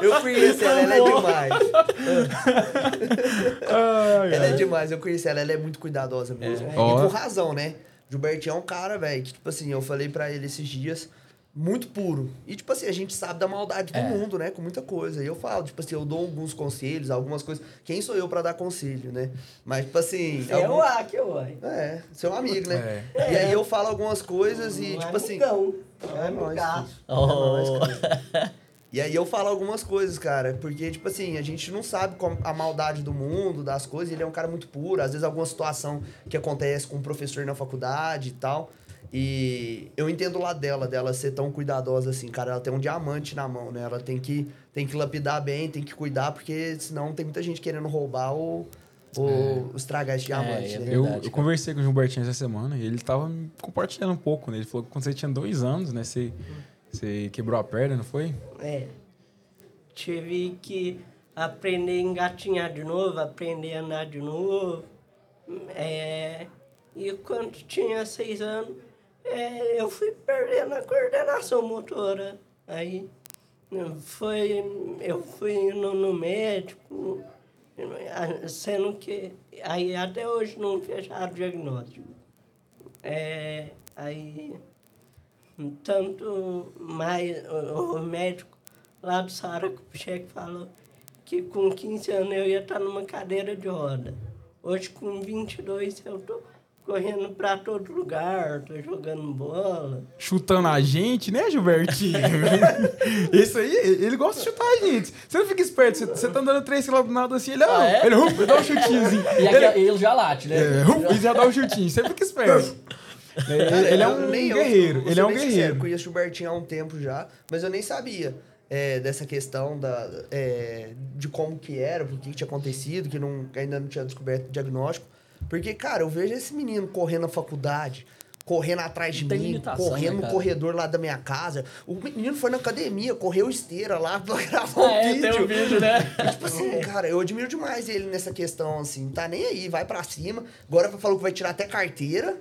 Eu conheço ela, ela é demais.
Ai,
Ela é demais, eu conheço ela, ela é muito cuidadosa mesmo. E
Ó.
com razão, né? Gilbertinho é um cara, velho, que, tipo assim, eu falei pra ele esses dias, muito puro. E, tipo assim, a gente sabe da maldade
É.
do mundo, né? Com muita coisa. E eu falo, tipo assim, eu dou alguns conselhos, algumas coisas. Quem sou eu pra dar conselho, né? Mas, tipo assim.
É
algum-
o ar que eu olho.
É, seu amigo, né? E aí eu falo algumas coisas e, tipo assim.
é Amigão.
É nóis,
Amigaço.
filho.
Oh.
E aí eu falo algumas coisas, cara, porque, tipo assim, a gente não sabe como- a maldade do mundo, das coisas, ele é um cara muito puro. Às vezes alguma situação que acontece com um professor na faculdade e tal. E eu entendo o lado dela, dela ser tão cuidadosa assim, cara. Ela tem um diamante na mão, né? Ela tem que, tem que lapidar bem, tem que cuidar, porque senão tem muita gente querendo roubar ou, ou estragar esse diamante,
é
né?
verdade.
Eu, eu
cara.
conversei com o Gilbertinho essa semana e ele tava me compartilhando um pouco, né? Ele falou que quando você tinha dois anos, né? Você, você quebrou a perna, não foi?
É. Tive que aprender a engatinhar de novo, aprender a andar de novo. É, e quando tinha seis anos, é, eu fui perdendo a coordenação motora. Aí hum, foi, eu fui no, no médico, ah, sendo que aí até hoje não fecharam o diagnóstico. É, aí Um tanto mais o, o médico lá do Sara Kupchek falou que com 15 anos eu ia estar numa cadeira de roda. Hoje com 22 eu tô correndo para todo lugar, tô jogando bola.
Chutando a gente, né, Gilbertinho? Isso aí, ele gosta de chutar a gente. Você não fica esperto, você, você tá andando três quilômetros do nada assim, ele, ah,
Ah, é?
ele, hum, ele dá um chutinho assim.
E aqui,
Ele,
ele já late, né?
é, hum, ele já dá um chutinho, você fica esperto. Ele, ele é um
Nem eu,
guerreiro.
vou
ele
ser
é um
bem sincero,
guerreiro.
conheço o Gilbertinho há um tempo já, mas eu nem sabia é, dessa questão da, é, de como que era, o que que tinha acontecido, que não, que ainda não tinha descoberto o diagnóstico. Porque, cara, eu vejo esse menino correndo na faculdade, correndo atrás de
Tem
mim,
limitação,
correndo
né,
no
cara?
corredor lá da minha casa. O menino foi na academia, correu esteira lá pra gravar um
é,
vídeo.
tem um vídeo, né?
Tipo assim, cara, eu admiro demais ele nessa questão, assim. Tá nem aí, vai pra cima. Agora falou que vai tirar até carteira.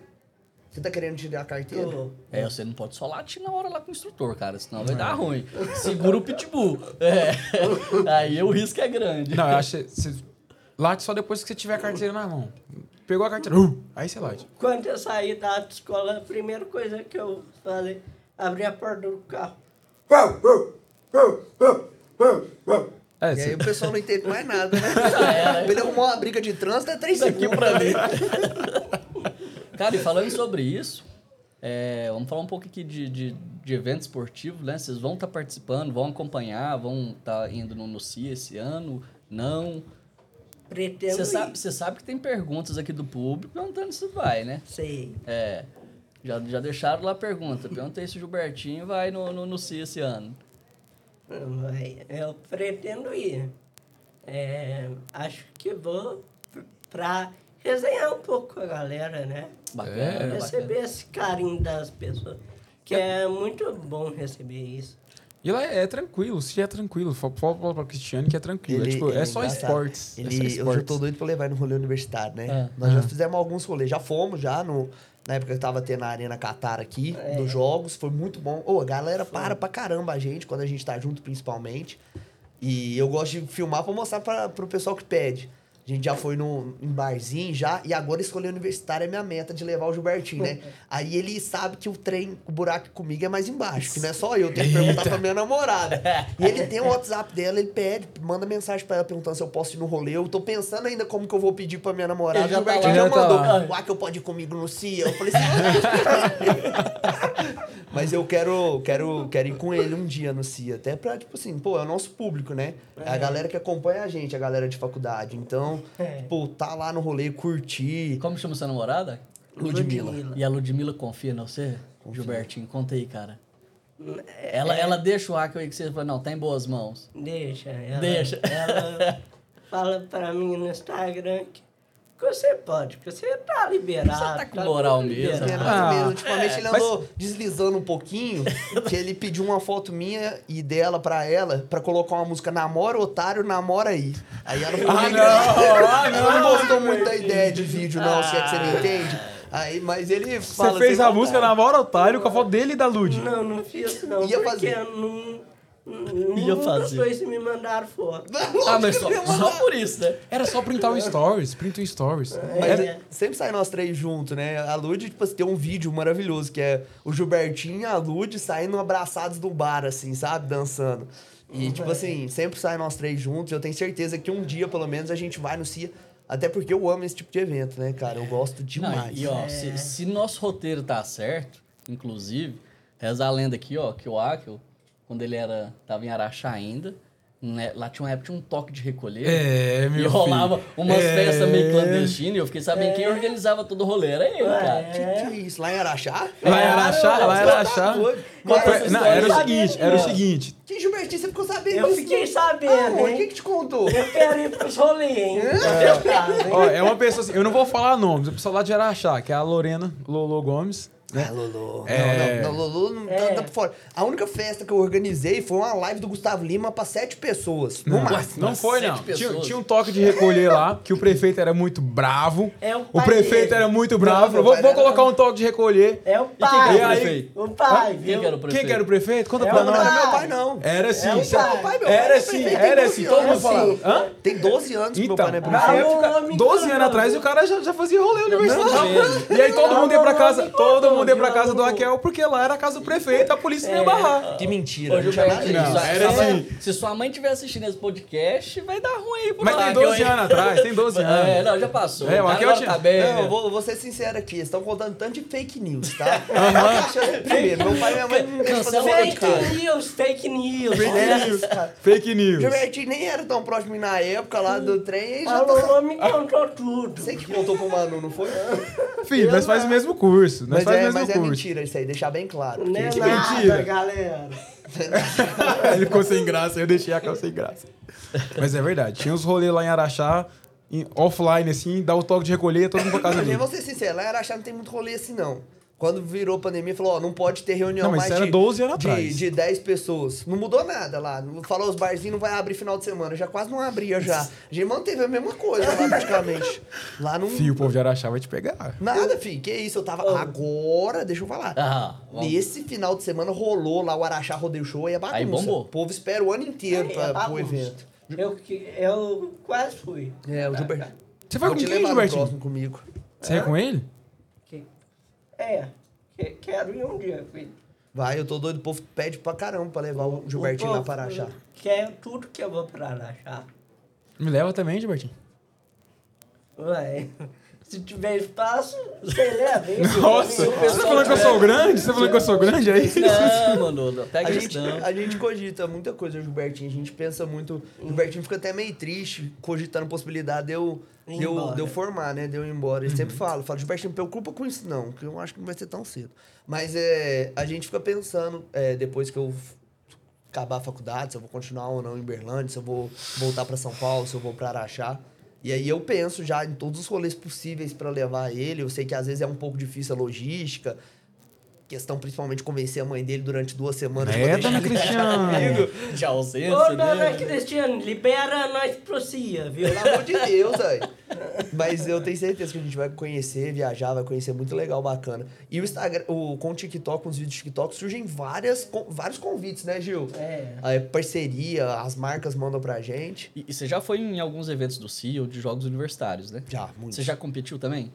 Você tá querendo tirar a carteira?
Tô.
É, você não pode só latir na hora lá com o instrutor, cara, senão vai dar ruim. Segura o pitbull. É. Aí o risco é grande.
Não, eu acho que você late só depois que você tiver a carteira na mão. Pegou a carteira, uh, aí você late.
Quando eu saí da escola, a primeira coisa que eu falei, abri a porta do carro.
É,
E aí
você-
o pessoal não entende mais nada, né? Ele arrumou uma briga de trânsito, é três
daqui
segundos.
pra ali. Cara, e falando sobre isso, é, vamos falar um pouco aqui de, de, de evento esportivo, né? Vocês vão estar participando, vão acompanhar, vão estar indo no, no CIA esse ano? Não.
Pretendo
Você
ir.
sabe, você sabe que tem perguntas aqui do público perguntando se vai, né?
Sei.
É. Já, já deixaram lá a pergunta. Perguntei se o Gilbertinho vai no, no, no CIA esse ano.
Vai, Eu pretendo ir. É, acho que vou p- pra resenhar um pouco com a galera, né?
Bacana,
É,
bacana.
receber esse carinho das pessoas. Que é muito bom receber isso.
E lá é, é tranquilo, se é tranquilo. Fala fala- fala pra Cristiano que é tranquilo. é,
Ele-
tipo, é
ele
só
engraçado.
esportes. é só
Ele, eu já
esportes. Ah,
tô doido pra levar ele no rolê universitário, né?
É.
Nós já fizemos alguns rolês, já fomos já no... Na época que eu tava tendo na Arena Qatar aqui, dos jogos, foi muito bom. Ô, a galera para pra caramba a gente, quando a gente tá junto, principalmente. E eu gosto de filmar pra mostrar pra, pro pessoal que pede. A gente já foi num, em barzinho já, e agora escolher universitário é minha meta de levar o Gilbertinho, né? Aí ele sabe que o trem, o buraco comigo é mais embaixo, que não é só eu, tenho que perguntar pra minha namorada. E ele tem o WhatsApp dela, ele pede, manda mensagem pra ela perguntando se eu posso ir no rolê. Eu tô pensando ainda como que eu vou pedir pra minha namorada.
Ele já
o
tá
Gilbertinho
lá.
já
Já tá
mandou,
lá.
uá, que eu pode ir comigo no CIA. Eu falei "Ah, assim, mas eu quero, quero, quero ir com ele um dia no CIA, até pra, tipo assim, pô, é o nosso público, né? É a galera que acompanha a gente, a galera de faculdade. Então,
É.
tipo, tá lá no rolê, curtir.
Como chama sua namorada?
Ludmilla.
E a Ludmilla confia em você? Gilbertinho, conta aí, cara.
É.
Ela, ela deixa o hack aí que você fala, não, tá em boas mãos.
Deixa. Ela,
Deixa.
Ela fala pra mim no Instagram que que você pode, que você tá liberado.
Você tá com moral mesmo.
É,
liberado.
mais ou
Ah,
menos. Ultimamente
é,
ele
mas-
andou deslizando um pouquinho, que ele pediu uma foto minha e dela pra ela, pra colocar uma música Namora Otário, Namora aí. Aí ela ficou
Ah,
meio-
não! Ah, não! Ah.
Ela não gostou muito da ideia de vídeo, não, se é que você me entende. Aí, mas ele
Você
fala...
fez
assim,
a música na hora otário com a foto dele e da Lud.
Não, não fiz não,
Ia
porque
fazer.
eu não... Nenhum
Ia
das
fazer.
coisas me mandaram foto.
Ah, mas só, só por isso, né?
Era só printar o stories, print o stories.
Mas
É.
sempre sai nós três juntos, né? A Lud, tipo, assim, tem um vídeo maravilhoso que é o Gilbertinho e a Lud saindo abraçados do bar, assim, sabe? Dançando. E, tipo assim, sempre sai nós três juntos. Eu tenho certeza que um dia, pelo menos, a gente vai no CIA. Até porque eu amo esse tipo de evento, né, cara? Eu gosto
Não,
demais.
e
É.
ó, se, se nosso roteiro tá certo, inclusive, reza a lenda aqui, ó, que o Akel, quando ele era, tava em Araxá ainda, né, lá tinha uma época, tinha um toque de recolher.
É, meu
E rolava
filho.
umas
É.
festas meio clandestinas e eu fiquei sabendo quem organizava todo o rolê. Era ele,
Ué,
cara.
Que que é isso? Lá em Araxá? tá
Lá era achar, lá era achar.
Conta essa
Não,
história.
era o seguinte, era o seguinte.
Que Gilbertinho, você ficou sabendo
Eu
disso?
fiquei sabendo,
Amor,
hein?
quem que te contou?
Eu quero ir pros rolês, hein? Eu quero, hein?
Ó, é uma pessoa assim, eu não vou falar nomes, é pessoa lá de Araxá, que é a Lorena Lolo Gomes.
Ah, Lolo.
Né? É.
Não, não, não, Lolo não
É.
tá, tá por fora. A única festa que eu organizei foi uma live do Gustavo Lima pra sete pessoas. No máximo.
Não foi,
sete
não. Tinha,
pessoas.
tinha um toque de recolher lá, que o prefeito era muito bravo.
É o
o
pai
prefeito
dele.
era muito bravo.
meu
vou,
pai
vou
era-
colocar um toque de recolher.
É o
E quem
pai.
que era o
aí?
prefeito?
O pai,
Quem
viu?
que era É o prefeito?
Quem que era o prefeito? Conta
É
pra
o
Não, não
nós.
era
pai.
meu pai, não.
Era sim.
o pai.
Meu pai, meu pai
É. Era
é assim.
sim,
prefeito, tem
era
12
sim. Todo mundo
anos.
falava. Hã?
Tem 12 anos que meu
Então,
pai não é
na
prefeito.
Não,
época,
me
12 anos
enganou.
atrás, o cara já, já fazia rolê
Não, não,
universitário. E aí todo mundo ia pra casa, todo mundo mudei pra
Hoje
casa
eu-
do Raquel porque lá era a casa do prefeito, a polícia
É.
não ia barrar.
Que mentira.
Hoje
não
o
tinha
cara
nada
diz,
Não,
disso.
"Sua-
era
sua
assim.
mãe- Se sua mãe estiver assistindo esse podcast, vai dar ruim aí pro
Mas tem
Raquel,
12
hein?
anos atrás, tem 12 anos.
É, não, já passou.
É,
o
o
cara
Raquel
agora
tinha-
tá bem.
Não,
né?
eu vou, eu vou ser sincero aqui. Eles estão contando tanto de fake news, tá? Primeiro, meu pai e minha mãe não deixam fazer
Cancela
um
o
monte de
Fake
coisa.
news, fake news.
Fake news, cara.
Fake news.
Gilbertinho nem era tão próximo na época lá do trem e já
A
tá...
Lolo me contou tudo.
Você que contou pro Manu, não foi?
Filho, nós faz o mesmo curso. Nós
Mas,
faz
é,
o
mas é
mesmo curso.
mentira isso aí, deixar bem claro. tipo,
Né,
que
Lá?
mentira.
galera.
Ele ficou sem graça, eu deixei a calça sem graça. Mas é verdade. Tinha uns rolês lá em Araxá, em- offline, assim, dá o toque de recolher, todo mundo pra casa
Mas é
dele.
eu vou ser sincero, lá em Araxá não tem muito rolê assim, não. Quando virou pandemia, falou, ó, não pode ter reunião
Não, mas
mais
isso era
de,
12 anos
de,
atrás.
de 10 pessoas. Não mudou nada lá. Não- Falou, os barzinhos não vai abrir final de semana. Já quase não abria, já. A gente manteve a mesma coisa lá, praticamente. Lá não...
Fio, o povo de Araxá vai te pegar.
Nada, filho. Que isso, eu tava... Agora, deixa eu falar.
Ah, vamos.
Nesse final de semana rolou lá o Araxá Rodeio Show e a bagunça.
Aí bombou.
O povo espera o ano inteiro
É,
pra,
é
pro
bagunça.
evento.
Eu, que- eu quase fui. Tá,
É, o Gilberto.
Você foi
Vou
com
te
quem,
levar no
Gilbertinho?
próximo comigo.
Você é com ele?
Que- É, que- quero ir um dia, filho.
Vai, eu tô doido, o povo pede pra caramba pra levar o Gilbertinho lá
né?
pra Araxá.
Quero tudo que eu vou pra Araxá.
Me leva também, Gilbertinho.
Ué, se tiver espaço, você leva. isso.
Nossa,
Eu-
você tá falando que eu sou grande? Você tá falando que eu sou grande? É isso?
Não, mano, não pega
A
isso
gente,
não.
a gente cogita muita coisa, Gilbertinho. A gente pensa muito. O Gilbertinho fica até meio triste, cogitando a possibilidade de eu,
Ir
de eu,
embora.
de eu formar, né? De eu ir embora. Ele sempre fala, fala, Gilbertinho, não preocupa com isso, não, que eu acho que não vai ser tão cedo. Mas é, a gente fica pensando, é, depois que eu f- acabar a faculdade, se eu vou continuar ou não em Berlândia, se eu vou voltar pra São Paulo, se eu vou pra Araxá. E aí eu penso já em todos os rolês possíveis pra levar ele. Eu sei que às vezes é um pouco difícil a logística. Questão principalmente de convencer a mãe dele durante duas semanas. pra
É,
deixar
dona
ele
Cristiane.
De ausência,
Ô, é dona
né?
Cristiane, libera nós pro CIA, viu?
Pelo amor de Deus, velho. Mas eu tenho certeza que a gente vai conhecer, viajar, vai conhecer muito legal, bacana. E o Instagram, o, com o TikTok, com os vídeos de TikTok, surgem várias, con- vários convites, né, Gil?
É.
Aí, parceria, as marcas mandam pra gente.
E, e você já foi em alguns eventos do CIA ou de jogos universitários, né?
Já, muito.
Você já competiu também?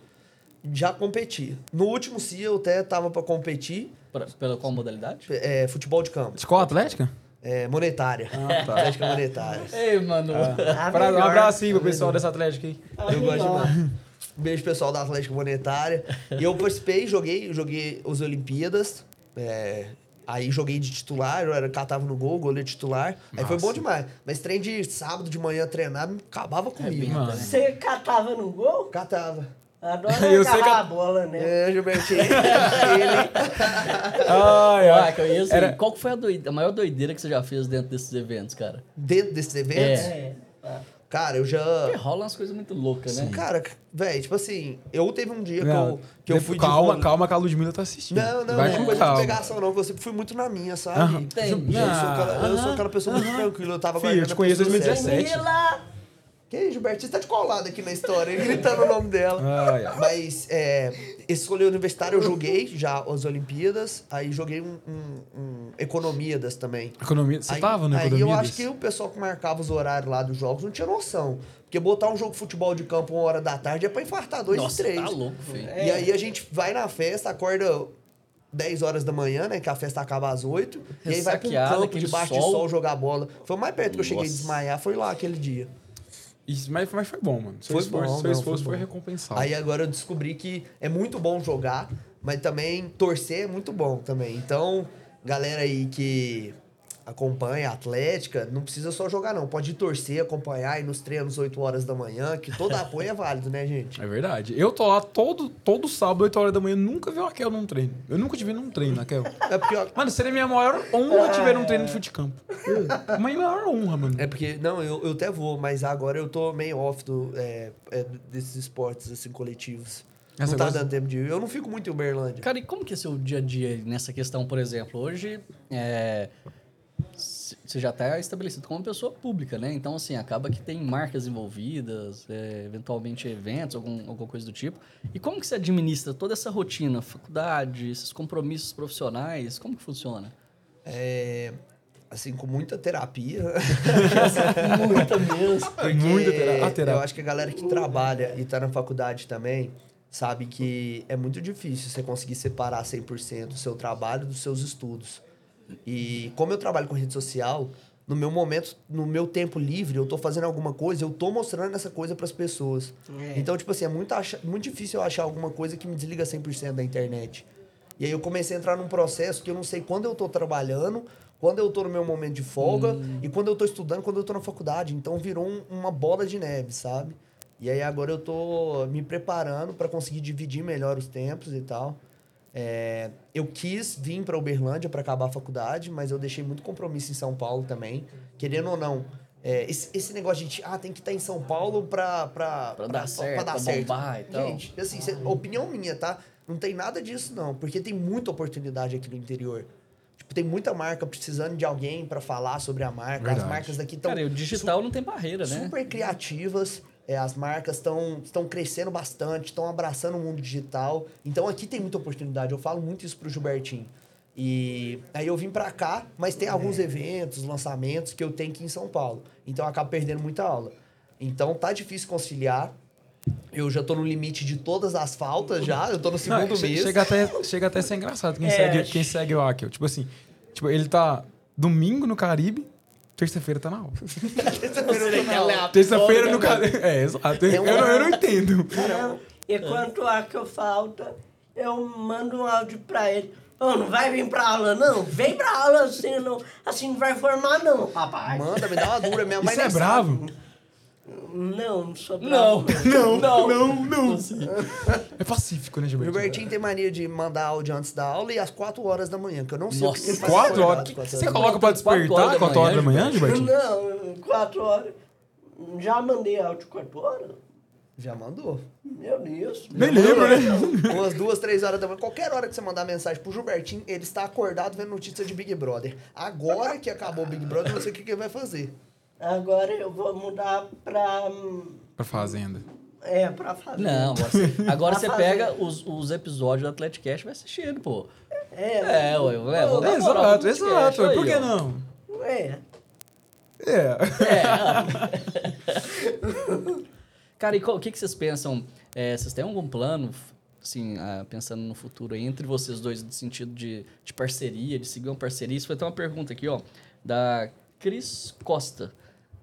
Já competi. No último CIA eu até tava pra competir,
Pra- pela qual modalidade?
é, futebol de campo,
Escola Atlética?
é, monetária.
Ah, tá.
Atlética monetária.
Ei, mano.
Ah.
A
Pra- um
melhor,
abraço aí pro pessoal dessa Atlética aí.
a
Eu gosto
melhor.
demais. Um Beijo, pessoal da Atlética Monetária. E eu participei, joguei, joguei os Olimpíadas. é, aí joguei de titular, eu era, catava no gol, goleiro titular. Aí foi bom demais. Mas trem de sábado de manhã treinar me acabava comigo. Né?
massa.
Você catava no gol?
Catava.
Adora
Eu sei
agarrar
que-
a bola, né?
É, Gilbertinho. ele,
Ai,
Ah,
ai.
que eu
é
ia assim,
Era-
Qual que foi a, doide- a maior doideira que você já fez dentro desses eventos, cara?
dentro desses eventos,
É.
É.
cara, eu já.
Porque rola umas coisas muito loucas, né?
Então, Cara, velho, tipo assim, eu teve um dia
Não,
que eu, que eu fui de
calma,
vôlei.
calma que a Ludmilla tá assistindo.
Não, não,
Vai
não é
com
coisa de
calma.
pegação, não, que eu sempre fui muito na minha, sabe?
Aham. Ah,
Tem.
Eu, sou aquela, eu sou
Aham.
aquela pessoa muito tranquila, eu tava
Fih, eu te
a
conheço
pessoa
2017.
certa.
Mila!
Que aí, Gilberto, você tá de colado aqui na história, ele gritando o nome dela.
Ai, ai.
Mas, é, esse escolhi universitário, eu joguei já as Olimpíadas, aí joguei um, um, um Economidas também.
Economia, você
Aí-
tava no
Aí eu
Economidas?
acho que o pessoal que marcava os horários lá dos jogos não tinha noção. Porque botar um jogo de futebol de campo uma hora da tarde é pra infartar dois
Nossa,
e três.
tá louco, filho.
E aí a gente vai na festa, acorda 10 horas da manhã, né? Que a festa acaba às 8. E aí vai pra um
Ressaqueado,
campo
aquele
debaixo de
sol.
sol jogar bola. Foi o mais perto que eu cheguei a
Nossa.
desmaiar, foi lá aquele dia.
Isso, mas, mas foi bom, mano. Seu
Foi
esforço,
bom,
seu
não, foi
esforço foi,
bom.
recompensado.
Aí é- agora eu descobri que é muito bom jogar, mas também torcer é muito bom também. Então, galera aí que acompanha a Atlética, não precisa só jogar não, pode ir torcer, acompanhar, ir nos treinos 8 horas da manhã, que todo apoio é válido, né, gente?
É verdade. Eu tô lá todo, todo sábado, 8 horas da manhã, nunca vi o Raquel num treino. Eu nunca te vi num treino, Raquel.
É porque, ó,
Mano, seria minha maior honra te ver num treino de futecampo. Minha maior honra, mano.
É porque, não, eu, eu até vou, mas agora eu tô meio off do, é, é, desses esportes, assim, coletivos.
Ah, você
não tá
gosta?
dando tempo de ir. Eu não fico muito em Uberlândia.
Cara, e como que é seu dia a dia nessa questão, por exemplo? Hoje, é, c- você já está estabelecido como uma pessoa pública, né? Então, assim, acaba que tem marcas envolvidas, é, eventualmente eventos, algum, alguma coisa do tipo. E como que você administra toda essa rotina, faculdade, esses compromissos profissionais? Como que funciona?
É, assim, com muita terapia.
Muita mesmo.
Porque
Muita terapia. Ah, terapia.
Eu acho que a galera que trabalha e tá na faculdade também, sabe que é muito difícil você conseguir separar 100% do seu trabalho dos seus estudos. E como eu trabalho com rede social, no meu momento, no meu tempo livre, eu tô fazendo alguma coisa, eu tô mostrando essa coisa para as pessoas. Então, tipo assim, é muito, acha- muito difícil eu achar alguma coisa que me desliga 100% da internet. E aí eu comecei a entrar num processo que eu não sei quando eu tô trabalhando, quando eu tô no meu momento de folga e quando eu tô estudando, quando eu tô na faculdade. Então virou um- uma bola de neve, sabe? E aí agora eu tô me preparando para conseguir dividir melhor os tempos e tal. É, eu quis vir para Uberlândia para acabar a faculdade, mas eu deixei muito compromisso em São Paulo também. Querendo ou não, é, esse, esse negócio de ah, tem que estar em São Paulo pra, pra,
Pra dar certo, pra bombar e tal.
Gente, assim, cê- opinião minha, tá? Não tem nada disso, não, porque tem muita oportunidade aqui no interior. Tipo, tem muita marca precisando de alguém para falar sobre a marca. As
Verdade.
marcas daqui estão
Cara, e o digital não tem barreira, né?
Então, super criativas. é, as marcas estão crescendo bastante, estão abraçando o mundo digital. Então aqui tem muita oportunidade. Eu falo muito isso pro Gilbertinho. E aí eu vim pra cá, mas tem
É.
alguns eventos, lançamentos que eu tenho aqui em São Paulo. Então eu acabo perdendo muita aula. Então tá difícil conciliar. Eu já tô no limite de todas as faltas já. Eu tô no
Não,
segundo
Ah, che-
mês.
Chega até, chega até a ser engraçado quem,
É,
segue,
acho-
quem segue o Akel. Tipo assim, tipo, ele tá domingo no Caribe, terça-feira tá na aula.
Tá
Terça-feira no Caribe. É, exato.
É
Eu,
um-
não, eu não entendo.
Não. E quanto a que eu falta, eu mando um áudio pra ele. Ô, não vai vir pra aula, não? Vem pra aula, assim não, assim não vai formar, não, rapaz.
Manda, me dá uma dura. Minha mãe
Isso é
nem
bravo.
Não, não sou
Não,
bravo.
não, não, não.
É pacífico, né,
O
Gilberto?
Gilbertinho tem mania de mandar áudio antes da aula e às 4 horas da manhã, que eu não sei
Nossa,
o que ele faz
Quatro
acordado
horas.
às quatro
Você
horas.
coloca pra
Quatro horas
despertar
da
quatro horas da
manhã,
manhã, Gilbertinho?
Não, quatro horas. Já mandei áudio quatro horas?
Já mandou. Então,
Meu Deus.
Nem lembro, né?
Umas duas, três horas da manhã. Qualquer hora que você mandar mensagem pro Gilbertinho, ele está acordado vendo notícia de Big Brother. Agora que acabou o Big Brother, eu não sei o que que ele vai fazer.
Agora eu vou mudar pra. hum,
Pra fazenda.
É, pra fazer.
Não, você- agora
Tá
você
fazendo.
pega os, os episódios do Atlético Cash e vai assistindo, pô.
É,
É, ué, ué, vou dar moral pro
Exato,
Atlético
exato.
Cash, aí,
Por que
ó.
não?
é.
É.
Cara, e qual- o que, que vocês pensam? É, vocês têm algum plano, assim, ah, pensando no futuro aí, entre vocês dois, no sentido de, de parceria, de seguir uma parceria? Isso foi até uma pergunta aqui, ó, da Cris Costa.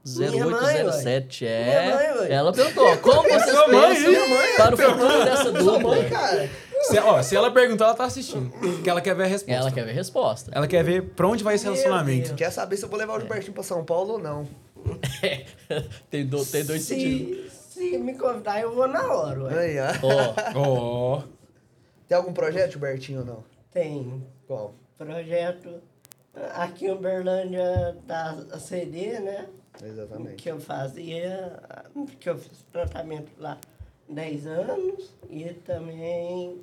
Minha mãe, ué.
0807,
Minha mãe,
é.
ué.
Ela perguntou, ó, como vocês
É. Sua mãe,
pensam
minha mãe,
para o futuro dessa dupla?
Cara,
Se, ó, se ela perguntar, ela tá assistindo. Porque ela quer ver a resposta.
Ela quer ver resposta.
Ela quer ver pra onde vai esse
Meu
relacionamento.
quer saber se eu vou
É.
levar o Gilbertinho pra São Paulo ou não?
tem, do- tem dois sentidos.
Se, se me convidar, eu vou na hora. ué.
Aí, ó.
Ó,
Ó.
Tem algum projeto, Gilbertinho, ou não?
Tem
Qual?
projeto aqui em Uberlândia da CD, né?
Exatamente.
Que eu fazia, que eu fiz tratamento lá 10 anos e também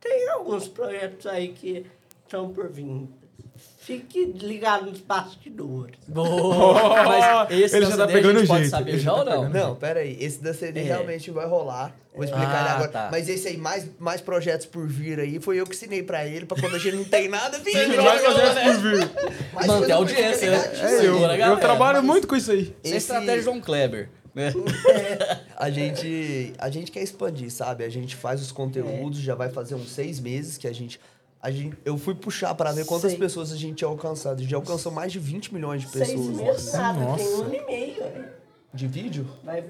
tem alguns projetos aí que estão por vir. Fique ligado nos bastidores.
boa. Mas esse
Ele
lance
já tá
dele a
pegando
gente
o
pode
jeito.
saber
Ele
já
já
ou
tá
não?
pegando.
Não, pera aí. Esse da CD
É.
realmente vai rolar. Vou explicar ele
Ah,
agora.
tá.
Mas esse aí, mais, mais projetos por vir aí, foi eu que assinei pra ele, pra quando a gente não tem nada, vir.
Mais projetos por vir.
Mas
Manter
coisa
a audiência,
pra
né?
ficar
É, eu,
ligadinho.
Segura, galera.
eu trabalho
Mas-
muito com isso aí.
Essa é a
Esse-
estratégia de João Kleber, né?
A gente, a gente quer expandir, sabe? A gente faz os conteúdos,
É.
já vai fazer uns seis meses que a gente. A gente eu fui puxar pra ver quantas
Sei.
pessoas a gente tinha alcançado. A gente já alcançou mais de 20 milhões de pessoas.
Seis meses nada, tem
Nossa.
um ano e meio. né?
De vídeo?
Vai-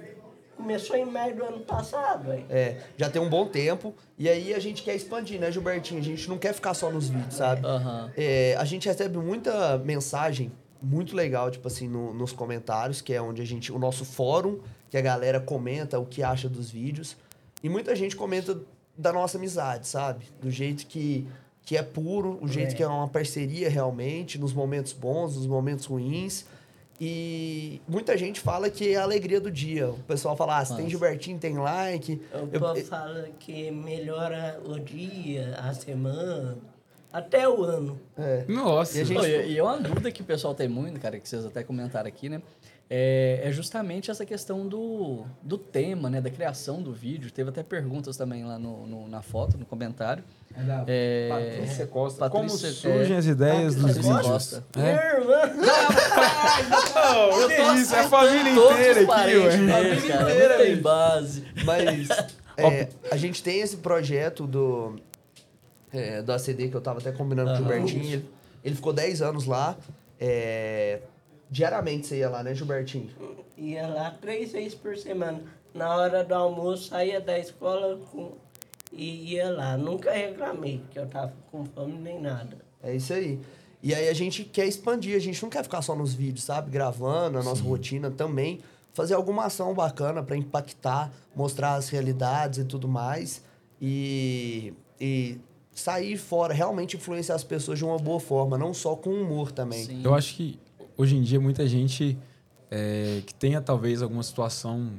Começou em maio do ano passado. Aí.
É, já tem um bom tempo. E aí a gente quer expandir, né, Gilbertinho? A gente não quer ficar só nos vídeos, sabe?
Aham.
É, a gente recebe muita mensagem muito legal, tipo assim, no- nos comentários, que é onde a gente. O nosso fórum, que a galera comenta o que acha dos vídeos. E muita gente comenta da nossa amizade, sabe? Do jeito que, que é puro, o jeito que é uma parceria realmente, nos momentos bons, nos momentos ruins. E muita gente fala que é a alegria do dia. O pessoal fala, ah, se tem
Nossa.
Gilbertinho, tem like.
É O
Eu-
povo fala que melhora o dia, a semana, até o ano.
é.
Nossa.
E a gente-
Não, e, e é uma dúvida que o pessoal tem muito, cara, que vocês até comentaram aqui, né? É, é justamente essa questão do, do tema, né? Da criação do vídeo. Teve até perguntas também lá no, no- na foto, no comentário. É,
Patrícia Costa.
Patrícia-
Como surgem
é,
as ideias dos
Patrícia
vídeos?
Costa.
É.
Minha irmã,
Oh, que isso, é a família
Todos os
inteira aqui,
parentes
ué.
deles, cara, não tem base.
Mas É, a gente tem esse projeto do, é, do ACD que eu tava até combinando com o Gilbertinho. Ele, ele ficou 10 anos lá. é, diariamente você ia lá, né, Gilbertinho?
Ia lá três vezes por semana. Na hora do almoço, saía da escola com- e ia lá. Nunca reclamei que eu tava com fome nem nada.
É isso aí. E aí a gente quer expandir, a gente não quer ficar só nos vídeos, sabe? Gravando a nossa rotina também. Fazer alguma ação bacana pra impactar, mostrar as realidades e tudo mais. E, e sair fora, realmente influenciar as pessoas de uma boa forma, não só com humor também.
Sim.
Eu acho que hoje em dia muita gente é, que tenha talvez alguma situação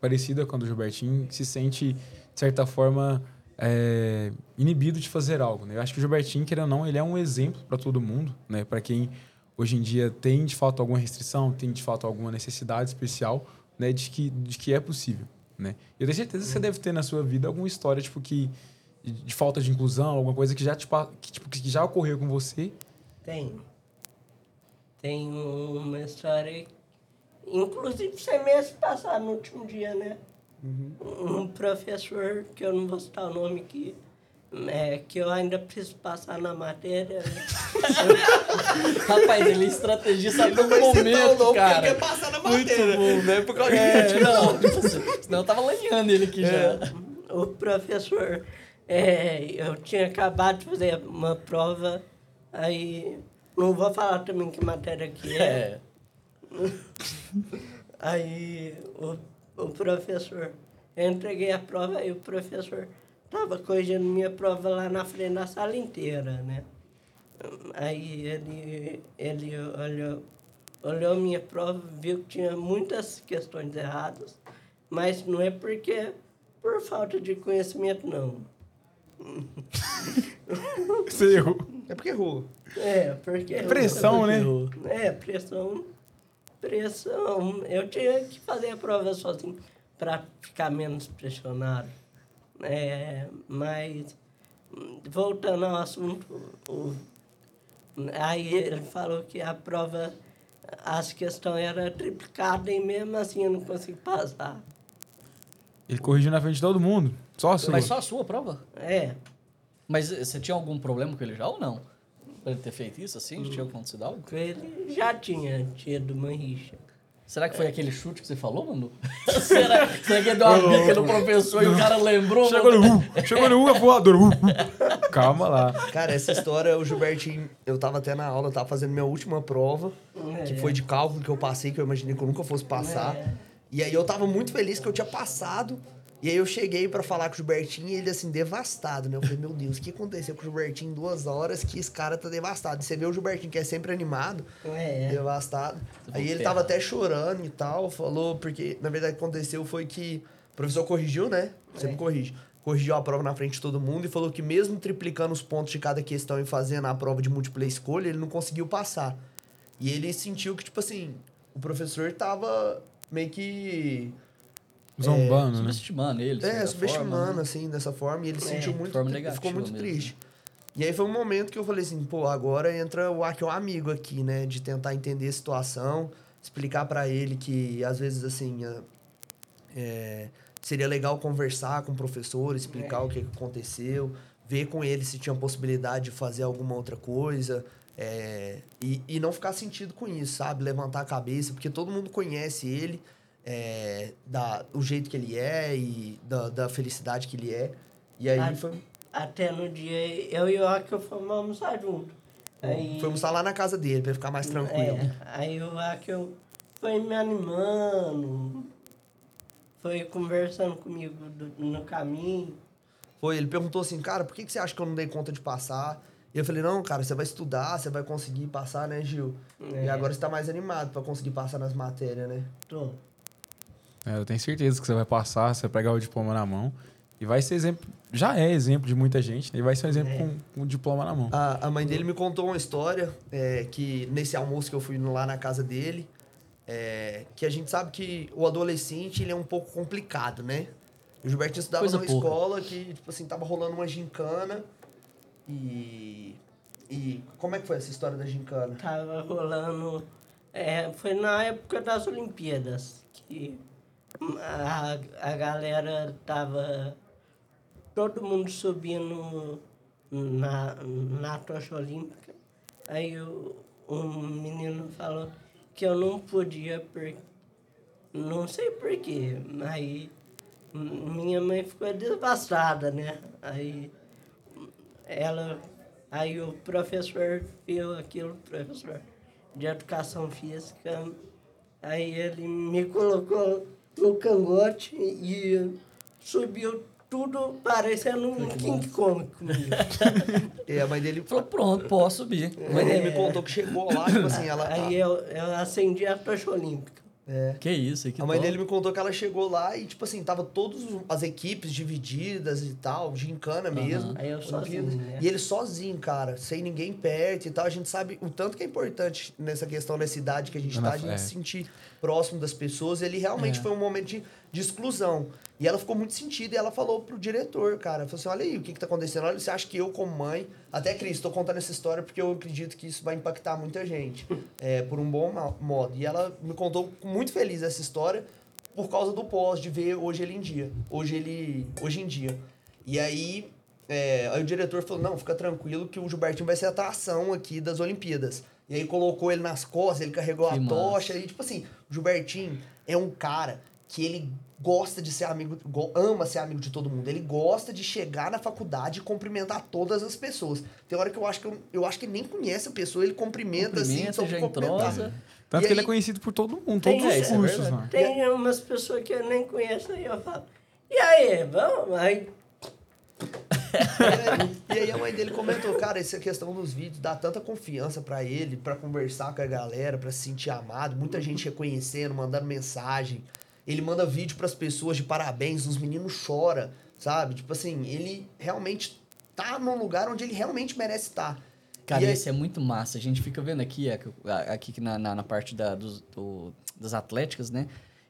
parecida com a do Gilbertinho se sente, de certa forma, é, inibido de fazer algo. Né? Eu acho que o Gilbertinho, querendo ou não, ele é um exemplo para todo mundo, né? para quem hoje em dia tem de fato alguma restrição, tem de fato alguma necessidade especial, né? de, que, de que é possível. Né? Eu tenho certeza que você deve ter na sua vida alguma história tipo, que, de falta de inclusão, alguma coisa que já, te pa- que, tipo, que já ocorreu com você
Tem. Tem um, uma história. que- Inclusive, você mesmo passar no último dia, né? Um professor, que eu não vou citar o nome aqui, é, que eu ainda preciso passar na matéria. né?
Rapaz, ele é estrategista
Ele não
do
vai citar o nome,
momento,
porque
cara.
ele quer passar na
Muito
matéria.
bom.
Né? Por causa
É, não, tipo assim, senão eu tava lanhando ele aqui já.
o professor, é, eu tinha acabado de fazer uma prova, aí não vou falar também que matéria que
É.
é. Aí o, o professor, eu entreguei a prova e o professor tava corrigindo minha prova lá na frente da sala inteira, né? Aí ele, ele olhou, olhou minha prova, viu que tinha muitas questões erradas, mas não é porque por falta de conhecimento, não.
Você errou.
É porque errou.
É, porque...
É pressão, né?
É, pressão. Pressão. Eu tinha que fazer a prova sozinho para ficar menos pressionado. É, mas, hum, voltando ao assunto, o- aí ele falou que a prova, as questões eram triplicadas e mesmo assim eu não consegui passar.
Ele corrigiu na frente de todo mundo. Só assim, a sua.
Mas só a sua prova?
É,
Mas eh, você tinha algum problema com ele já ou não? Pra ele ter feito isso assim? Tinha acontecido algo?
porque ele já tinha tido uma rixa.
Será
É.
que foi aquele chute que você falou, Manu? será, será que ele deu uma bica no professor e o cara lembrou? né?
Chegou no U. Chegou no U, é voador. U, U. Calma lá.
Cara, essa história, o Gilbertinho, eu tava até na aula, eu tava fazendo minha última prova, que
É.
foi de cálculo que eu passei, que eu imaginei que eu nunca fosse passar.
É.
E aí eu tava muito feliz que eu tinha passado. E aí eu cheguei pra falar com o Gilbertinho e ele assim, devastado, né? Eu falei, meu Deus, o que aconteceu com o Gilbertinho em duas horas que esse cara tá devastado? E você vê o Gilbertinho que é sempre animado,
É,
devastado. Aí ele
ferrar.
tava até chorando e tal, falou, porque na verdade o que aconteceu foi que o professor corrigiu, né?
É.
Sempre corrige. Corrigiu a prova na frente de todo mundo e falou que mesmo triplicando os pontos de cada questão e fazendo a prova de múltipla escolha, ele não conseguiu passar. E ele sentiu que, tipo assim, o professor tava meio que.
Zombando, né?
Tá Subestimando ele. de
É,
certa
subestimando,
forma, né?
assim, dessa forma. E ele se
É,
sentiu
de
muito.
forma
tri-
negativa
ficou muito
mesmo.
triste. E aí foi um momento que eu falei assim, pô, agora entra o Aqui é um amigo aqui, né? De tentar entender a situação, explicar pra ele que, às vezes, assim. a- é, seria legal conversar com o professor, explicar
É.
o que que aconteceu, ver com ele se tinha possibilidade de fazer alguma outra coisa. é, e, e não ficar sentido com isso, sabe? Levantar a cabeça, porque todo mundo conhece ele, é, da, o jeito que ele é e da, da felicidade que ele é. E aí
Ah,
foi,
Até no dia, eu e o Aca fomos almoçar junto. Aí-
foi almoçar lá na casa dele, pra ele ficar mais tranquilo.
É, aí eu acho que eu foi me animando, foi conversando comigo do- no caminho.
Foi, ele perguntou assim, cara, por que, que você acha que eu não dei conta de passar? E eu falei, não, cara, você vai estudar, você vai conseguir passar, né, Gil? E
É.
agora você tá mais animado pra conseguir passar nas matérias, né?
Tô.
É, eu tenho certeza que você vai passar, você vai pegar o diploma na mão. E vai ser exemplo. Já é exemplo de muita gente, né? E vai ser um exemplo com, com o diploma na mão.
A, a mãe dele me contou uma história é, que nesse almoço que eu fui lá na casa dele, é, que a gente sabe que o adolescente ele é um pouco complicado, né? O Gilberto estudava
Coisa
numa
pouca.
escola que, tipo assim, tava rolando uma gincana e. E como é que foi essa história da gincana?
Tava rolando. é, foi na época das Olimpíadas que a, a galera tava. Todo mundo subindo na, na tocha olímpica. Aí o, um menino falou que eu não podia por. Não sei porquê. Aí m- minha mãe ficou desbastada, né? Aí ela. Aí o professor viu aquilo, professor de educação física. Aí ele me colocou no cangote e subiu tudo parecendo um King Kong comigo.
E a mãe dele.
Falou, pronto, posso subir.
A mãe dele me contou que chegou lá, tipo assim,
é
ela.
Aí eu, eu acendi a tocha olímpica.
É.
Que isso, que
a mãe
top.
dele me contou que ela chegou lá e, tipo assim, tava todas as equipes divididas e tal, gincana mesmo.
Aí eu sozinho,
Olimpíadas.
né?
E ele sozinho, cara, sem ninguém perto e tal. A gente sabe o tanto que é importante nessa questão, nessa idade que a gente
Na
tá, a gente
fé. é.
se sentir próximo das pessoas. Ele realmente foi um momento de, de exclusão. E ela ficou muito sentida e ela falou pro diretor, cara, falou assim, olha aí o que que tá acontecendo. Olha, você acha que eu como mãe... Até, Cris, tô contando essa história porque eu acredito que isso vai impactar muita gente. é, por um bom ma- modo. E ela me contou muito feliz essa história por causa do pós, de ver hoje ele em dia. Hoje ele... Hoje em dia. E aí, é, aí o diretor falou: não, fica tranquilo que o Gilbertinho vai ser a atração aqui das Olimpíadas. E aí colocou ele nas costas, ele carregou
Que
a
massa.
tocha. E tipo assim, o Gilbertinho é um cara que ele gosta de ser amigo, go- ama ser amigo de todo mundo. Ele gosta de chegar na faculdade e cumprimentar todas as pessoas. Tem hora que eu acho que eu, eu acho que ele nem conhece a pessoa, ele cumprimenta, assim,
Cumprimenta,
só
já
por cumprimentar.
entrosa.
Tanto
E
que ele
aí-
é conhecido por todo mundo,
Tem
todos os
isso, é
cursos, né?
verdade.
mano.
Tem umas pessoas que eu nem conheço aí eu falo, e aí, vamos? Aí
E aí a mãe dele comentou, cara, essa questão dos vídeos dá tanta confiança pra ele, pra conversar com a galera, pra se sentir amado, muita gente reconhecendo, mandando mensagem. Ele manda vídeo pras pessoas de parabéns, os meninos choram, sabe? Tipo assim, ele realmente tá num lugar onde ele realmente merece estar.
Cara,
E aí-
isso é muito massa. A gente fica vendo aqui, é, que- a- aqui que na, na, na parte da, dos, do- das atléticas, né?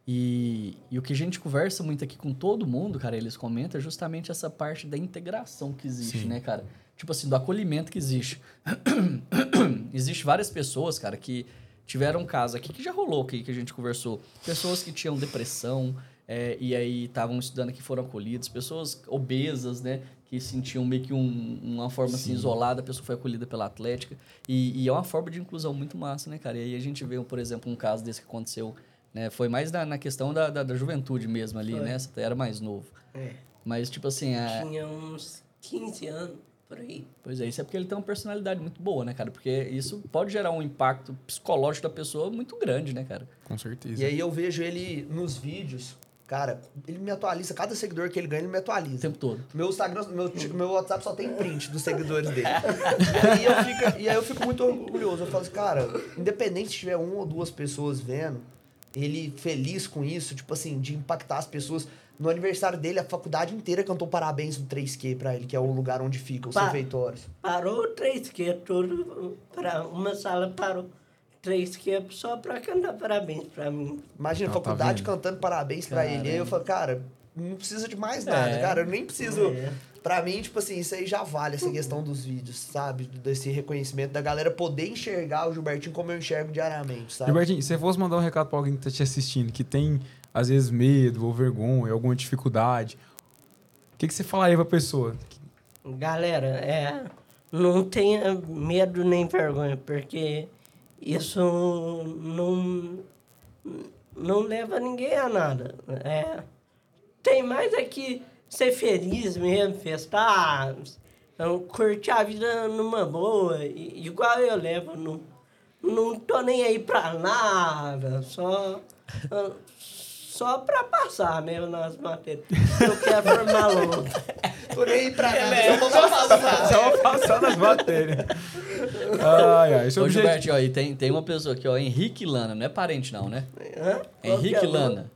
E, e o que a gente conversa muito aqui com todo mundo, cara, eles comentam é justamente essa parte da integração que existe, né, cara? Tipo assim, do acolhimento que existe. existe várias pessoas, cara, que tiveram um caso aqui que já rolou aqui, que a gente conversou. Pessoas que tinham depressão é, e aí estavam estudando que foram acolhidas, pessoas obesas, né? Que sentiam meio que um- uma forma assim, isolada, a pessoa foi acolhida pela Atlética. E, e é uma forma de inclusão muito massa, né, cara? E aí a gente vê, por exemplo, um caso desse que aconteceu, né? Foi mais na, na questão da, da, da juventude mesmo ali, né? Você era mais novo. Mas, tipo assim,
É.
a,
tinha uns 15 anos por aí.
Pois é, isso é porque ele tem uma personalidade muito boa, né, cara? Porque isso pode gerar um impacto psicológico da pessoa muito grande, né, cara?
Com certeza.
E aí eu vejo ele nos vídeos, cara, ele me atualiza, cada seguidor que ele ganha, ele me
O
atualiza.
tempo todo.
Meu Instagram, meu, ti- meu WhatsApp só tem print dos seguidores dele. e, aí eu fico, e aí eu fico muito orgulhoso. Eu falo assim, cara, independente se tiver uma ou duas pessoas vendo, ele feliz com isso, tipo assim, de impactar as pessoas. No aniversário dele, a faculdade inteira cantou parabéns no 3Q pra ele, que é o lugar onde fica os
Pa-
refeitórios.
Parou o 3Q, tudo para uma sala parou 3Q só pra cantar parabéns pra mim.
Imagina,
Ah,
a
tá
faculdade
vendo?
cantando parabéns pra ele. Aí eu falo, cara, não precisa de mais nada,
É.
cara. Eu nem preciso.
É.
Pra mim, tipo assim, isso aí já vale, essa questão dos vídeos, sabe? Desse reconhecimento da galera poder enxergar o Gilbertinho como eu enxergo diariamente, sabe?
Gilbertinho, se você fosse mandar um recado pra alguém que tá te assistindo, que tem, às vezes, medo ou vergonha, alguma dificuldade, o que, que você falaria pra pessoa?
Galera, é, não tenha medo nem vergonha, porque isso não, não leva ninguém a nada. É, tem mais é que ser feliz mesmo, festar, é, curtir a vida numa boa, i- igual eu levo. Não, não tô nem aí pra nada, só. ah, Só pra passar, né, nas matérias. Eu quero formar louco.
Tô nem aí pra
É,
nada,
né?
só vou passar.
Só vou passar nas matérias. Ai, ai, esse é o
Ô,
objetivo.
Gilberto, ó, e tem, tem uma pessoa aqui, ó, Henrique Lana, não é parente não, né?
Hã? Qual
Henrique
que é o nome?
Lana.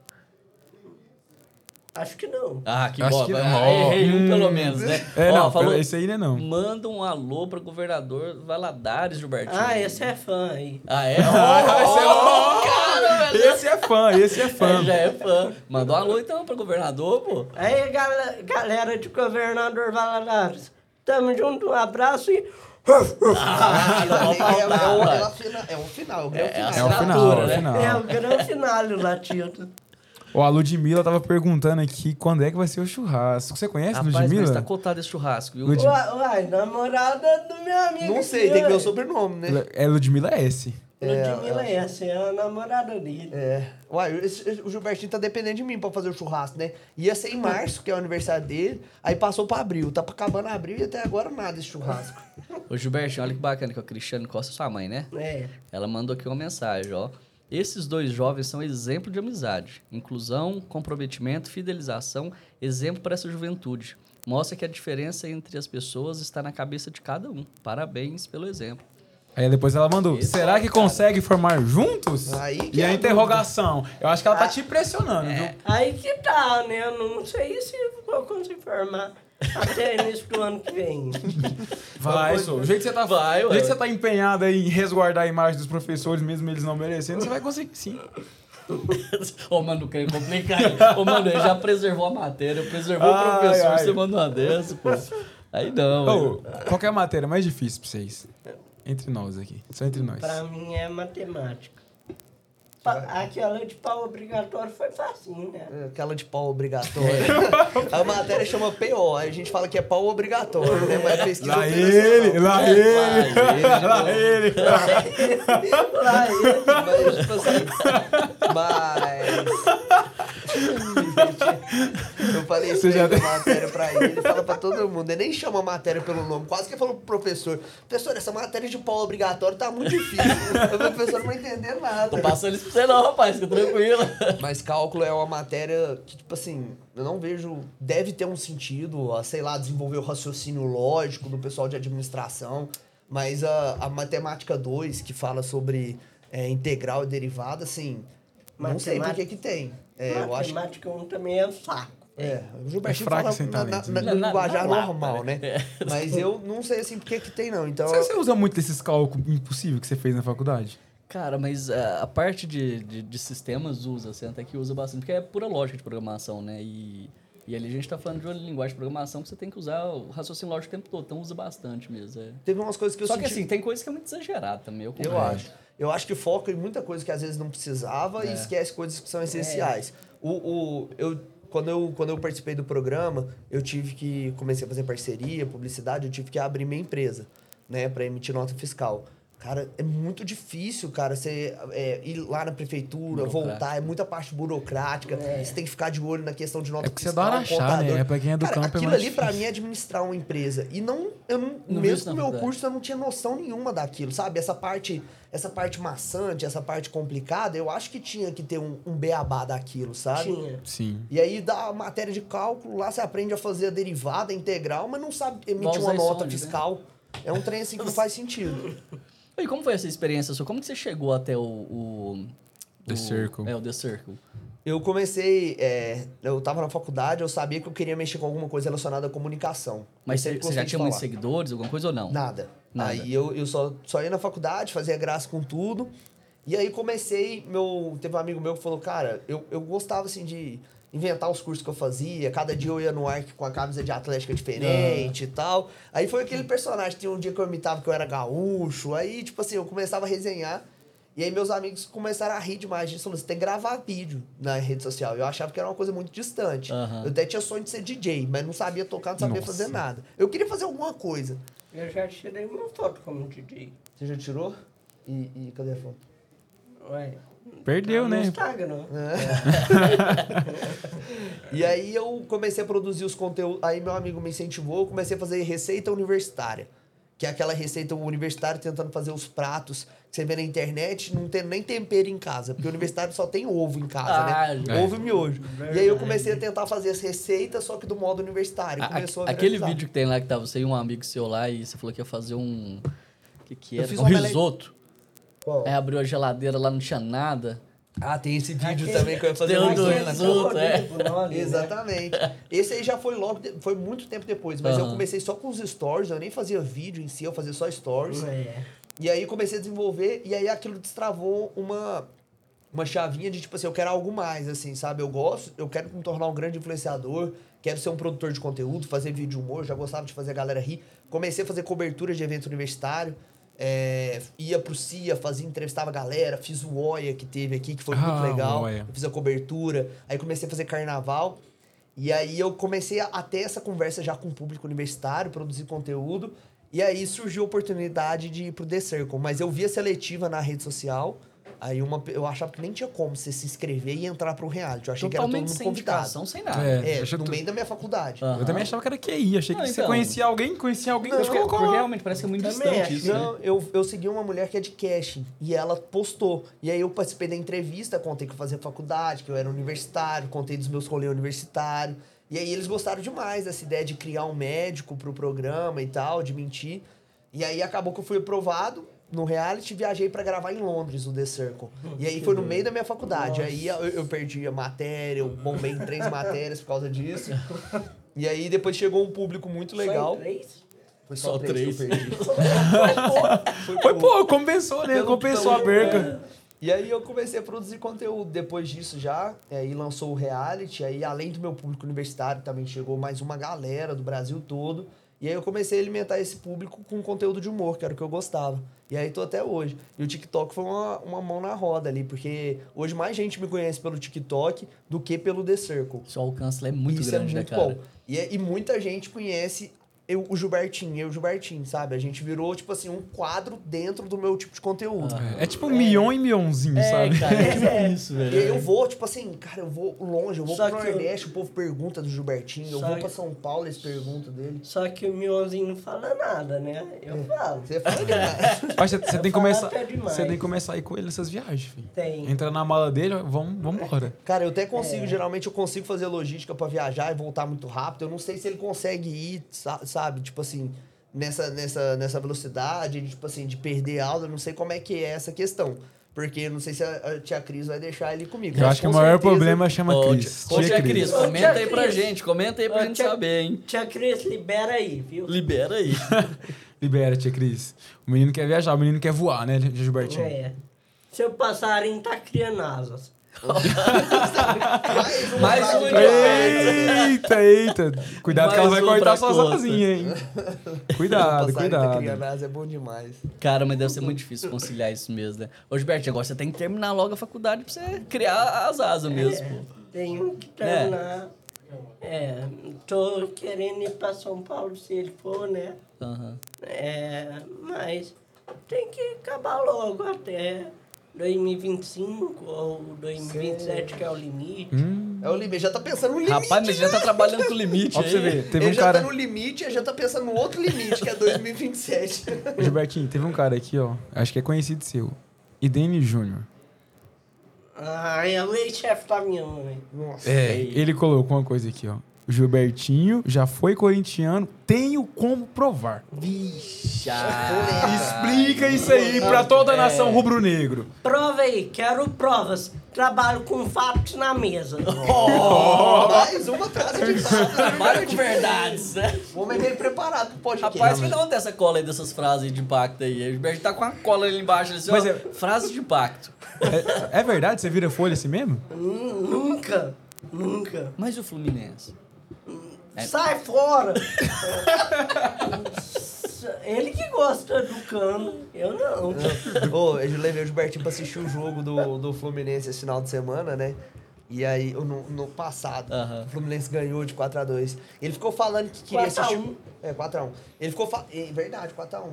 Acho que não.
Ah, que
Acho
bosta.
que não.
Ah, errei um
Hum.
pelo menos, né?
É,
Ó,
não, pera- esse aí não é não.
Manda um alô pra governador Valadares, Gilbertinho.
Ah, esse é fã aí.
Ah, é? Ó,
esse, é... esse é fã, esse é fã.
ele já é fã. Manda um alô então pra governador, pô.
Aí, gal- galera de governador Valadares. Tamo junto, um abraço e.
Ah, não
É,
vou
é,
faltar,
é, o-
ué.
é a fina- é um final, é um
É, é a
É
final.
o final,
Ah.
assinatura,
é o
né?
final.
É o grande final, Latino.
Ó, a Ludmilla tava perguntando aqui quando é que vai ser o churrasco. Você conhece
Rapaz, mas
Ludmilla?
tá cotado esse churrasco, viu?
Lud-
Ó,
Uai, uai, namorada do meu amigo.
Não sei, tem que ver o sobrenome, né?
Lu- É Ludmilla S.
Ludmilla é essa, é a namorada dele.
É. Uai, esse- esse- o Gilbertinho tá dependendo de mim pra fazer o churrasco, né? Ia ser em março, que é o aniversário dele, aí passou pra abril. Tá acabando abril e até agora nada esse churrasco.
Ô, Gilbertinho, olha que bacana que o Cristiano Costa, sua mãe, né?
É.
Ela mandou aqui uma mensagem, ó. Esses dois jovens são exemplo de amizade, inclusão, comprometimento, fidelização, exemplo para essa juventude. Mostra que a diferença entre as pessoas está na cabeça de cada um. Parabéns pelo exemplo.
Aí depois ela mandou,
Esse
será que consegue formar juntos?
Aí que
e a
é Ah. a
interrogação. Eu acho que ela tá te impressionando,
É.
viu?
Aí que tá, né? Eu não sei se eu vou conseguir formar até início do ano que vem.
Vai, sou. Do jeito que você tá,
Vai,
do jeito que
ué.
você tá empenhado aí em resguardar a imagem dos professores, mesmo eles não merecendo, você vai conseguir sim.
Ô, mano, que complicado. Ô, mano, ele já preservou a matéria, preservou
Ai,
o professor,
ai.
você mandou uma dessa, pô. Aí não,
Ô, qual que é a matéria mais difícil pra vocês? Entre nós aqui. Só entre nós.
Pra mim é matemática. Pa- Aquela de pau obrigatório foi facinho, né?
Aquela É, de pau obrigatória.
É.
a matéria chama PO, aí a gente fala que é pau obrigatório, né? Mas pesquisa
Lá
operacional.
ele, lá ele, lá ele.
Lá ele, mas, tipo assim, mas... Eu falei isso
Você já
já da matéria pra ele, ele fala pra todo mundo, ele nem chama a matéria pelo nome, quase que eu falo pro professor, professor, essa matéria de pau obrigatório tá muito difícil, o professor não vai entender nada.
Tô passando isso pra você não, rapaz, fica tranquilo.
Mas cálculo é uma matéria que, tipo assim, eu não vejo. Deve ter um sentido, ó, sei lá, desenvolver o raciocínio lógico do pessoal de administração. Mas a, a matemática 2, que fala sobre é, integral e derivada, assim. Não sei por
Matemática-
que que tem. É, eu acho que.
matemática 1 também é saco.
É, o Gilbertinho
É fraco
fala
sem
na, na,
talento,
né?
na,
Na-
no
na-
linguajar
na lata,
normal, né?
É.
Mas eu não sei, assim, por que que tem, não. Então,
Você, você usa muito desses cálculos impossíveis que você fez na faculdade?
Cara, mas ah, a parte de, de, de sistemas usa, assim, até que usa bastante, porque é pura lógica de programação, né? E, e ali a gente tá falando de uma linguagem de programação que você tem que usar o raciocínio lógico o tempo todo, então usa bastante mesmo. é.
teve umas coisas que eu
Só que
senti...
assim, tem coisa que é muito exagerada também, eu
Eu
concordo.
acho. Eu acho que foca em muita coisa que às vezes não precisava
É.
e esquece coisas que são essenciais. O, o, eu, quando, eu, quando eu participei do programa, eu tive que. Comecei a fazer parceria, publicidade, eu tive que abrir minha empresa, né, pra emitir nota fiscal. Cara, é muito difícil, cara, você é, ir lá na prefeitura,
Burocrático.
voltar, é muita parte burocrática, você tem que ficar de olho na questão de nota
É porque você
fiscal.
dá hora achar, né?
contador.
É pra quem é do
cara,
campo, é
aquilo
mais
ali pra mim é administrar uma empresa. E não, eu não,
Não vi isso
mesmo
na
no meu
faculdade.
curso, eu não tinha noção nenhuma daquilo, sabe? Essa parte, essa parte maçante, essa parte complicada, eu acho que tinha que ter um, um beabá daquilo, sabe?
Tinha.
Sim.
E aí, da matéria de cálculo, lá você aprende a fazer a derivada a integral, mas não sabe emitir
Igual
uma
os
nota
iSonde, né?
fiscal. É um trem assim que não faz sentido.
E como foi essa experiência sua? Como que você chegou até o... o
The
o-
Circle.
É, o The Circle.
Eu comecei, é, eu tava na faculdade, eu sabia que eu queria mexer com alguma coisa relacionada à comunicação.
Mas
Eu
você,
sempre
você já
gostei de
tinha muitos
falar.
seguidores, alguma coisa ou não?
Nada.
Nada.
Aí eu, eu só, só ia na faculdade, fazia graça com tudo. E aí comecei, meu, teve um amigo meu que falou, cara, eu, eu gostava assim de inventar os cursos que eu fazia, cada dia eu ia no ar com a camisa de atlética diferente e tal. Aí foi aquele personagem, tinha um dia que eu imitava que eu era gaúcho, aí tipo assim, eu começava a resenhar. E aí meus amigos começaram a rir demais disso, falando, você tem que gravar vídeo na rede social. Eu achava que era uma coisa muito distante.
Aham.
Eu até tinha sonho de ser DJ, mas não sabia tocar, não sabia
Nossa.
fazer nada. Eu queria fazer alguma coisa.
Eu já tirei uma foto como um DJ.
Você já tirou? E, e cadê a foto?
Ué. Ah,
Perdeu,
no
né?
Instagram.
É. E aí eu comecei a produzir os conteúdos. Aí meu amigo me incentivou, eu comecei a fazer receita universitária. Que é aquela receita universitária tentando fazer os pratos que você vê na internet, não tem nem tempero em casa. Porque o universitário só tem ovo em
Ah,
casa, né?
é.
Ovo e miojo. E aí eu comecei a tentar fazer as receitas, só que do modo universitário.
A-
Começou a
aque- aquele
viralizar.
vídeo que tem lá que tá você e um amigo seu lá e você falou que ia fazer um... O que que
Eu
era?
fiz
Um
uma mele-
risoto.
Qual?
Aí abriu a geladeira lá, não tinha nada.
Ah, tem esse vídeo também que eu ia fazer
Deu
uma
dois
cena.
zooms. outros, é.
Exatamente.
Exatamente. Esse aí já foi logo, de- foi muito tempo depois, mas eu
Aham.
comecei só com os stories, eu nem fazia vídeo em si, eu fazia só stories.
É.
E aí comecei a desenvolver, e aí aquilo destravou uma, uma chavinha de tipo assim, eu quero algo mais, assim, sabe? Eu gosto, eu quero me tornar um grande influenciador, quero ser um produtor de conteúdo, fazer vídeo de humor, já gostava de fazer a galera rir. Comecei a fazer cobertura de evento universitário. É, ia pro CIA, fazia, entrevistava a galera, fiz o OIA que teve aqui, que foi
Ah,
muito legal.
Oia.
Eu fiz a cobertura. Aí comecei a fazer carnaval. E aí eu comecei a, a ter essa conversa já com o público universitário, produzir conteúdo. E aí surgiu a oportunidade de ir pro The Circle. Mas eu via seletiva na rede social. Aí uma, pe- eu achava que nem tinha como você se inscrever e entrar pro reality. Eu achei que era todo
Totalmente
mundo
sem
convidado.
indicação, sem nada.
É.
É,
achei
no
tu- Ah.
meio da minha faculdade.
Aham.
Eu também achava que era QI, achei que
Não,
você
então.
conhecia alguém, conhecia alguém. Não,
Porque, porque realmente parece que é muito
Também
distante
acho.
isso, né?
Não, eu, eu segui uma mulher que é de casting e ela postou. E aí eu participei da entrevista, contei que eu fazia faculdade, que eu era universitário, contei dos meus rolês universitários. E aí eles gostaram demais dessa ideia de criar um médico pro programa e tal, de mentir. E aí acabou que eu fui aprovado no reality e viajei pra gravar em Londres o The Circle. E aí foi no meio da minha faculdade. Aí eu, eu perdi a matéria, eu bombei em três matérias por causa disso. E aí depois chegou um público muito legal.
Só em três?
Foi
Só
que eu
três.
perdi.
Foi, pô, compensou, né?
Pelo-
Compensou a
pelo-
perca.
E aí eu comecei a produzir conteúdo depois disso já, é, e lançou o reality, aí além do meu público universitário também chegou mais uma galera do Brasil todo. E aí eu comecei a alimentar esse público com conteúdo de humor, que era o que eu gostava. E aí tô até hoje. E o TikTok foi uma, uma mão na roda ali, porque hoje mais gente me conhece pelo TikTok do que pelo The Circle.
Seu alcance lá é muito
Isso
grande,
é muito
né, cara?
bom. E, é- e muita gente conhece eu, o Gilbertinho, eu e o Gilbertinho, sabe? A gente virou, tipo assim, um quadro dentro do meu tipo de conteúdo.
Ah.
É, é tipo um Mion e Mionzinho, sabe?
cara, é isso,
E aí eu vou, tipo assim, cara, eu vou longe, eu vou
Só
pro
que eu-
Nordeste, o povo pergunta do Gilbertinho, eu
Só
vou
que-
pra São Paulo, eles perguntam dele. Ah,
Só que o Mionzinho não fala nada, né?
É.
Eu falo.
Você fala, cara.
Mas você, você tem que
falar
começar,
até demais.
você tem que começar a ir com ele nessas viagens, filho.
Tem.
Entra na mala dele, ó, vamos, vambora.
Cara, eu até consigo, geralmente eu consigo fazer logística pra viajar e voltar muito rápido. Eu não sei se ele consegue ir, sa- sabe, tipo assim, nessa, nessa, nessa velocidade, de, tipo assim, de perder aula, eu não sei como é que é essa questão. Porque eu não sei se a, a tia Cris vai deixar ele comigo.
Eu
Mas
acho que
É, com
o maior
certeza-
problema é chama
Ô,
Cris.
tia, ô, tia é Cris,
Ô, tia
comenta aí pra
Cris.
gente, comenta aí pra
Ô,
gente
tia-
saber, hein?
Tia Cris, libera aí, viu?
Libera aí.
Libera, tia Cris. O menino quer viajar, o menino quer voar, né, Gilbertinho?
É. Seu passarinho tá criando asas.
Mais um,
Mais um
Eita, eita. Cuidado que ela vai
É. Mais um
cortar
pra
suas
costa.
asasinhas, hein?
Passar
Cuidado,
Tá
cuidado.
criando asa é bom demais.
Cara, mas deve ser muito difícil conciliar isso mesmo, né? Ô, Gilberto, agora você tem que terminar logo a faculdade pra você criar as asas mesmo,
É.
pô.
Tenho um que terminar. É. Tô querendo ir pra São Paulo se ele for, né?
Aham.
É, mas tem que acabar logo até 2025 ou 2027, que é o limite.
Hum.
É o limite. Já tá pensando no limite.
Rapaz, mas já tá trabalhando com limite
Ó, pra você
aí.
ver, teve
ele
um
já
cara.
tá no limite, ele já tá pensando no outro limite, que é 2027.
Gilbertinho, teve um cara aqui, ó. Acho que é conhecido seu. Idene Júnior.
Ai, é o ex-chefe da minha mãe.
Nossa.
É, ele colocou uma coisa aqui, ó. Gilbertinho já foi corintiano, tenho como provar.
Já.
Explica isso aí pra toda
é.
a nação rubro-negro.
Prova aí, quero provas. Trabalho com fatos na mesa.
Oh!
Mais uma frase de fato.
Trabalho com verdades, né?
O homem é bem preparado pro podcast.
Rapaz, que da onde é essa cola aí dessas frases de impacto aí? O Gilberto tá com a cola ali embaixo, assim,
Mas
ó.
é-
Frases de impacto.
É, é verdade? Você vira folha assim mesmo?
Nun- Nunca, nunca.
Mas e o Fluminense?
Sai fora! Ele que gosta do cano, eu não.
É. Ô, eu levei o Gilbertinho pra assistir o jogo do, do Fluminense esse final de semana, né? E aí, no, no passado,
Aham.
o Fluminense ganhou de 4x2. Ele ficou falando que queria
4 a 1.
assistir. É, 4x1. Ele ficou falando. É verdade, 4x1.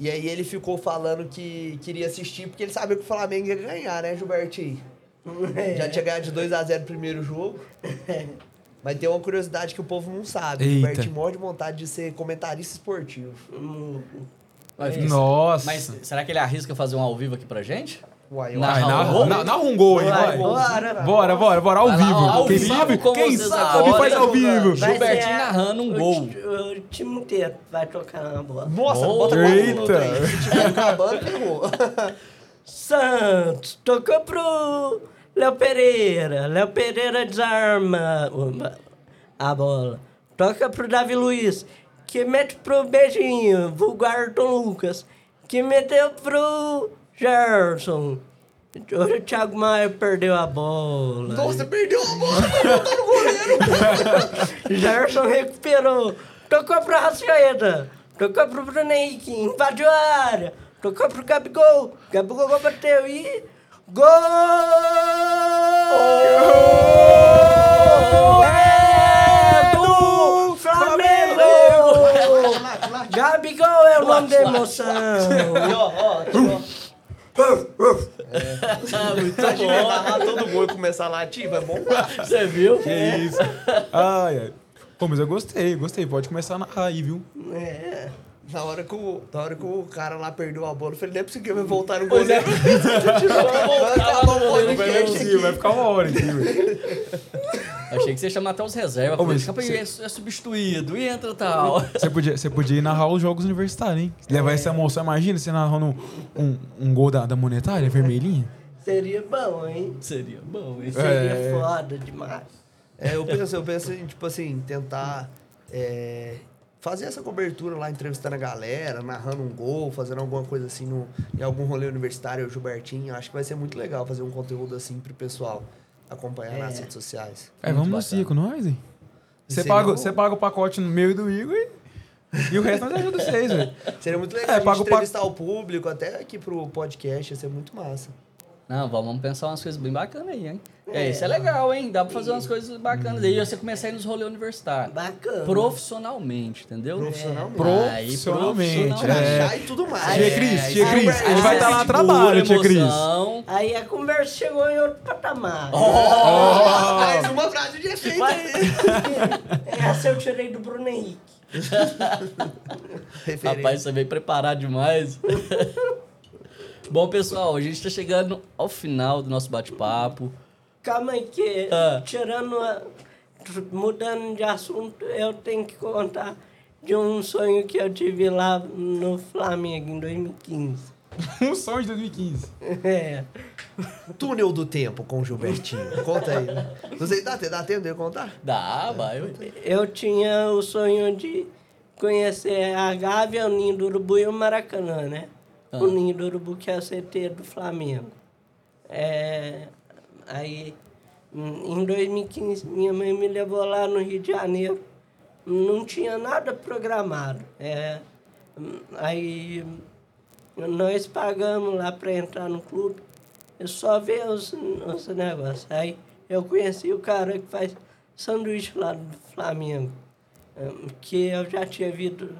E aí ele ficou falando que queria assistir porque ele sabia que o Flamengo ia ganhar, né, Gilbertinho? Já tinha ganhado de 2x0 o primeiro jogo. Mas tem uma curiosidade que o povo não sabe. O
Eita.
Gilbertinho morre de vontade de ser comentarista esportivo.
Vai, fica-
Nossa.
Mas será que ele arrisca fazer um ao vivo aqui pra gente?
Uai,
Na-
uai.
Ai, narra,
Narra-
na- narra um gol aí, vai.
Bora.
Bora, bora, bora, ao
Vai lá,
vivo.
ó, ao
quem
vivo
sabe,
com
quem
vocês na
sabe
hora,
faz ao vivo.
Vai- Gilbertinho
ser a-
narrando um
o
gol.
ti- O time inteiro vai tocar na bola.
Nossa,
Oh,
bota quatro minutos
eita.
aí. Se tiver acabando, ferrou.
Santos tocou pro Léo Pereira. Léo Pereira desarma o- a bola. Toca pro Davi Luiz, que mete pro Beijinho, vulgar Dom Lucas, que meteu pro Gerson. O Thiago Maia perdeu a bola.
Nossa, perdeu a bola, perdeu tá no goleiro.
Gerson recuperou. Tocou pro Rascaeta. Tocou pro Bruno Henrique. Invadiu a área. Tocou pro Gabigol. Gabigol bateu e... Gol! É do Flamengo!
Claro, claro.
Gabigol é o nome da emoção.
E, ó, ó, aqui, ó.
Ah, muito
Imagina
bom.
amarrar todo mundo e começar a latir, vai bom.
Você viu?
Que isso. Ai, ai. Pô, mas eu gostei, gostei. Pode começar a narrar aí, viu?
É. Na hora, que o, na hora que o cara lá perdeu a bola, eu falei, nem é possível que eu vou voltar no
Pois
goleiro.
é.
Vai acabar o podcast aqui.
Sim, vai ficar uma hora aqui, velho.
Achei que você ia chamar até os reservas.
Ô,
Oh,
mas
é, é substituído e entra tal.
Você podia, você podia ir narrar os jogos universitários, hein? Levar essa emoção, imagina você narrando um, um, um gol da, da monetária vermelhinha.
Seria bom, hein?
Seria bom isso.
Seria
É.
foda demais.
É, eu penso, eu penso em, tipo assim, tentar é, fazer essa cobertura lá, entrevistando a galera, narrando um gol, fazendo alguma coisa assim no, em algum rolê universitário, o Gilbertinho. Acho que vai ser muito legal fazer um conteúdo assim pro pessoal acompanhar nas redes sociais.
É, vamos no
bacana.
circo, nós, hein? Você
Seria
paga,
um-
você paga o pacote no meio do Igor e, e o resto nós ajuda vocês, velho.
Seria muito
É,
legal a gente
paga o pa-
entrevistar o público, até aqui pro podcast, ia ser muito massa.
Não, vamos vamos pensar umas coisas bem bacanas aí, hein? É, isso é legal, hein? Dá pra fazer umas coisas bacanas aí. Você começar a ir nos rolê universitários.
Bacana.
Profissionalmente, entendeu?
Profissionalmente.
Aí,
Profissionalmente.
profissionalmente.
É.
Aí tudo mais.
Tia
É,
Cris,
isso
tia
é
Cris,
verdade.
ele vai estar lá a
Segura
trabalho, tia Cris.
emoção.
Aí a conversa chegou em outro patamar.
Oh!
Mais uma frase de efeito aí.
Essa eu tirei do Bruno Henrique.
Referência.
Rapaz, você veio preparar demais. Bom, pessoal, a gente tá chegando ao final do nosso bate-papo.
Calma aí que,
Ah.
tirando, a- mudando de assunto, eu tenho que contar de um sonho que eu tive lá no Flamengo em 2015.
Um sonho de 2015.
É.
Túnel do Tempo com o Gilbertinho. Conta aí. Você dá, dá tempo de eu contar?
Dá, vai. ué.
Eu tinha o sonho de conhecer a Gávea, o Ninho do Urubu e o Maracanã, né? O Ninho do Urubu que é o CT do Flamengo. É, aí, hum, em 2015, minha mãe me levou lá no Rio de Janeiro. Não tinha nada programado. É, hum, aí, hum, nós pagamos lá para entrar no clube. Eu só ver os, os negócios. Aí, eu conheci o cara que faz sanduíche lá do Flamengo. hum, Que eu já tinha visto,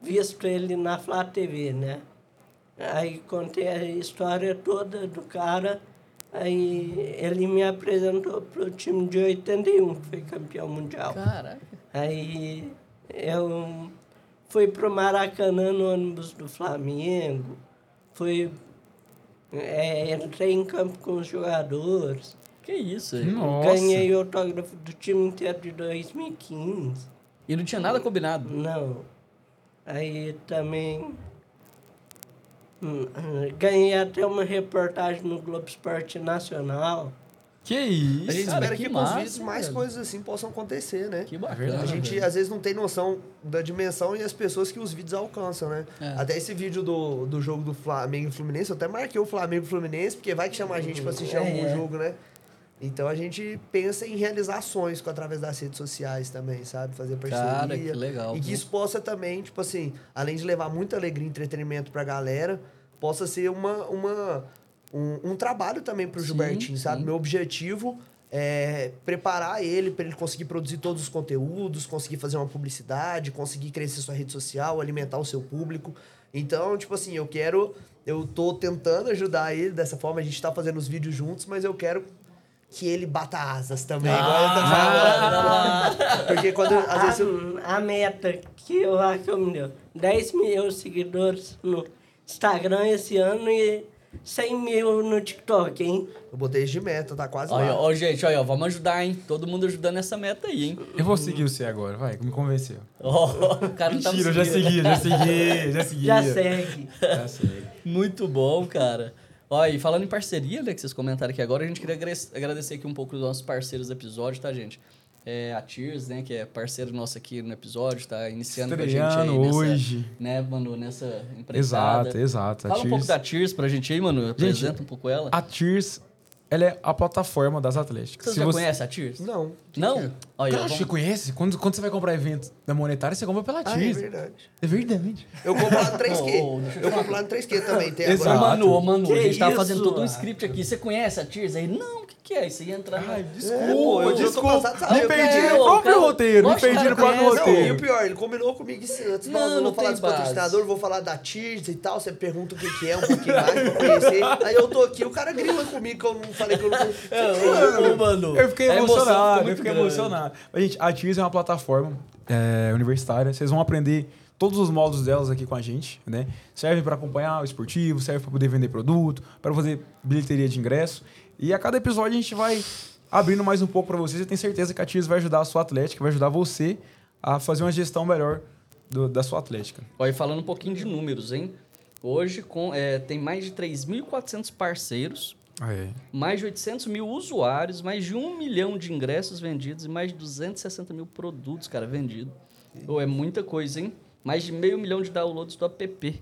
visto ele na Flá TV, né? Aí contei a história toda do cara. Aí ele me apresentou pro time de 81, que foi campeão mundial.
Caraca.
Aí eu fui pro Maracanã no ônibus do Flamengo, fui, é, entrei em campo com os jogadores.
Que isso, hein?
Nossa.
Ganhei o autógrafo do time inteiro de 2015.
E não tinha nada combinado.
Não. Aí também. hum, Ganhei até uma reportagem no Globo Esporte Nacional.
Que isso?
A gente
Espero
Cara,
que,
que
com os
massa,
vídeos mais
velho.
coisas assim possam acontecer, né?
Que
É
bacana.
A gente
velho.
às vezes não tem noção da dimensão e as pessoas que os vídeos alcançam, né?
É.
Até esse vídeo do, do jogo do Flamengo e Fluminense, eu até marquei o Flamengo e Fluminense, porque vai que chama a gente pra
É,
assistir algum jogo, né? Então a gente pensa em realizar ações com, através das redes sociais também, sabe? Fazer parceria.
Cara, que legal,
E que
pô.
isso possa também, tipo assim, além de levar muita alegria e entretenimento pra galera, possa ser uma, uma, um, um trabalho também pro
Sim,
Gilbertinho, sabe?
sim.
Meu objetivo é preparar ele pra ele conseguir produzir todos os conteúdos, conseguir fazer uma publicidade, conseguir crescer sua rede social, alimentar o seu público. Então, tipo assim, eu quero. Eu tô tentando ajudar ele dessa forma, a gente tá fazendo os vídeos juntos, mas eu quero que ele bata asas também, igual ele tá falando. Porque quando. Às vezes eu-
A, a meta que eu acho que é eu me deu: 10 mil seguidores no Instagram esse ano e 100 mil no TikTok, hein?
Eu botei isso de meta, tá quase
Olha,
lá.
ó, gente, olha, ó, vamos ajudar, hein? Todo mundo ajudando essa meta aí, hein?
Eu vou seguir você agora, vai, que me convenceu.
Ó, o cara não tá
Mentira, eu já segui, já segui, já segui.
Já segue.
Já segui.
Muito bom, cara. Ó, e falando em parceria, né, que vocês comentaram aqui agora, a gente queria agres- agradecer aqui um pouco dos nossos parceiros do episódio, tá, gente? É, a Tears, né, que é parceiro nosso aqui no episódio, tá iniciando com a gente aí
Estreando
nessa,
hoje.
né, Manu, nessa empreitada.
Exato, exato.
Fala
a
um pouco
Tears-
da Tears pra gente aí, Manu, apresenta um pouco ela.
A Tears ela é a plataforma das atléticas.
Você
Se
já
você-
conhece a Tears?
Não.
Não? Olha,
Cara,
vamos-
você conhece? Quando, quando você vai comprar evento da monetária, você compra pela
Ah, é
Tears.
verdade.
é verdade.
Eu compro lá no 3Q.
Ô, ô, deixa eu te
eu compro lá no 3Q também. Tem
Ô,
Exato.
agora.
Manu, ô, Manu,
Que
a gente tava
isso,
fazendo todo um
ah.
script aqui. Você conhece a Tears aí? Não, o que, que é? Isso aí entra na.
É, Pô, eu tô passado, sabe?
Me
Eu
perdi
quero-
É,
no
ô,
próprio
cara,
roteiro. Me
mostra o
perdi no
cara
próprio
conhece,
Não, e o
roteiro.
pior, ele combinou comigo isso antes.
Não,
Não, não,
não
vou falar
tem
dos
base.
patrocinadores, vou falar da Tears e tal. Você pergunta o que, que é, um pouquinho mais pra conhecer. Aí eu tô aqui, o cara grila comigo que eu não falei que eu não.
É, ô, ô, Manu.
Eu fiquei
a emoção ficou
emocionado, eu
É muito
fiquei
grande.
emocionado. Mas, gente, a TIS é uma plataforma é, universitária. Vocês vão aprender todos os módulos delas aqui com a gente, né? Serve para acompanhar o esportivo, serve para poder vender produto, para fazer bilheteria de ingresso. E a cada episódio a gente vai abrindo mais um pouco para vocês. Eu tenho certeza que a TIS vai ajudar a sua atlética, vai ajudar você a fazer uma gestão melhor do- da sua atlética.
Ó, e falando um pouquinho de números, hein? Hoje com, é, tem mais de 3.400 parceiros, mais de 800 mil usuários, mais de um milhão de ingressos vendidos e mais de 260 mil produtos, cara, vendidos. Ou é muita coisa, hein? Mais de meio milhão de downloads do app.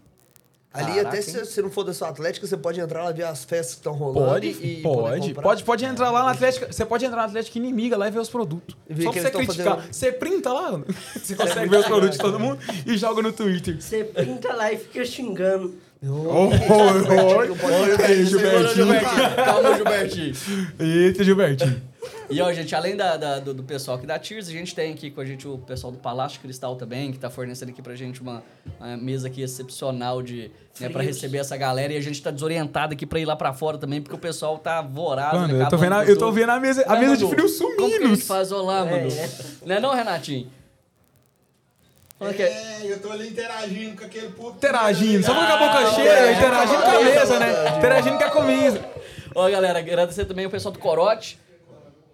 Ali,
Caraca,
até
hein?
se você não for da sua Atlética, você pode entrar lá ver as festas que estão rolando.
Pode,
e poder
pode,
comprar.
pode, pode entrar lá na Atlética. Você pode entrar na Atlética inimiga lá e ver os produtos.
E ver
Só
que
pra você
eles tão
criticar.
fazendo-
Você printa lá, você consegue ver os produtos de todo mundo e joga no Twitter.
Você pinta lá e fica xingando.
Oh,
Não pode fazer isso, né?
Calma, Gilbertinho.
Eita, Gilbertinho.
E ó, gente, além da- da- do, do pessoal aqui da Tears, a gente tem aqui com a gente o pessoal do Palácio Cristal também, que tá fornecendo aqui pra gente uma, uma mesa aqui excepcional de né, para
Frios.
receber essa galera. E a gente tá desorientado aqui pra ir lá pra fora também, porque o pessoal tá avorado. né,
Mano, eu tô
acabando
vendo a,
com
eu tô
tudo.
vendo a mesa, a
Né,
mesa de
Manu?
frio
Como que a gente
sumindo.
faz olá, mano?
é.
Não é não, Renatinho? Fala que é-
É, eu tô ali interagindo com aquele público.
Interagindo, só porque a boca cheia, interagindo com a mesa, né? Interagindo com a comida.
Ó, galera, agradecer também o pessoal do Corote,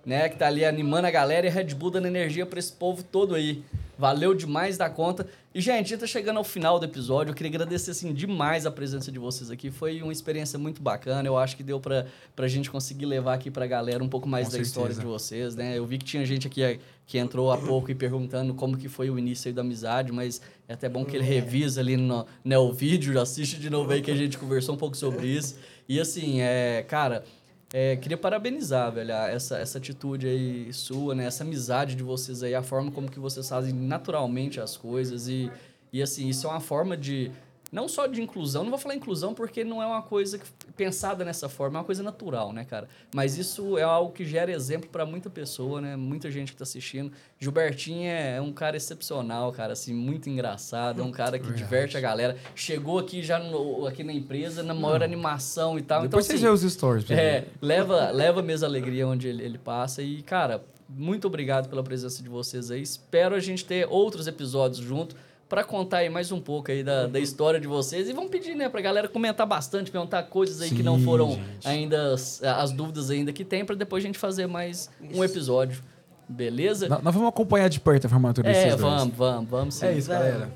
né? Que tá ali animando a galera e Red Bull dando energia pra esse povo todo aí. Valeu demais da conta. E, gente, já tá chegando ao final do episódio. Eu queria agradecer, assim, demais a presença de vocês aqui. Foi uma experiência muito bacana. Eu acho que deu pra, pra gente conseguir levar aqui pra galera um pouco mais
Com
da
certeza.
história de vocês, né? Eu vi que tinha gente aqui eh, que entrou há pouco e perguntando como que foi o início aí da amizade, mas é até bom que ele revisa ali no, né, o vídeo, assiste de novo aí que a gente conversou um pouco sobre isso. E assim, é, cara, é, queria parabenizar, velho, a- essa, essa atitude aí sua, né? Essa amizade de vocês aí, a forma como que vocês fazem naturalmente as coisas e, e assim, isso é uma forma de... Não só de inclusão, não vou falar inclusão porque não é uma coisa que- pensada nessa forma, é uma coisa natural, né, cara? Mas isso é algo que gera exemplo pra muita pessoa, né? Muita gente que tá assistindo. Gilbertinho é é um cara excepcional, cara, assim, muito engraçado, é um cara que diverte a galera. Chegou aqui já no- aqui na empresa, na maior animação e tal. então,
Uhum. Depois vocês
assim,
veem os stories. pra
é,
ver.
leva, leva mesmo a alegria onde ele, ele passa. E, cara, muito obrigado pela presença de vocês aí. Espero a gente ter outros episódios junto pra contar aí mais um pouco aí da, da história de vocês. E vamos pedir, né, pra galera comentar bastante, perguntar coisas aí que não
Sim,
foram
gente.
ainda as, as dúvidas ainda que tem, pra depois a gente fazer mais um episódio. Beleza?
Nó- Nós vamos acompanhar de perto a formatura desses
é,
dois.
vamos, vamos, vamos sim.
É isso, galera.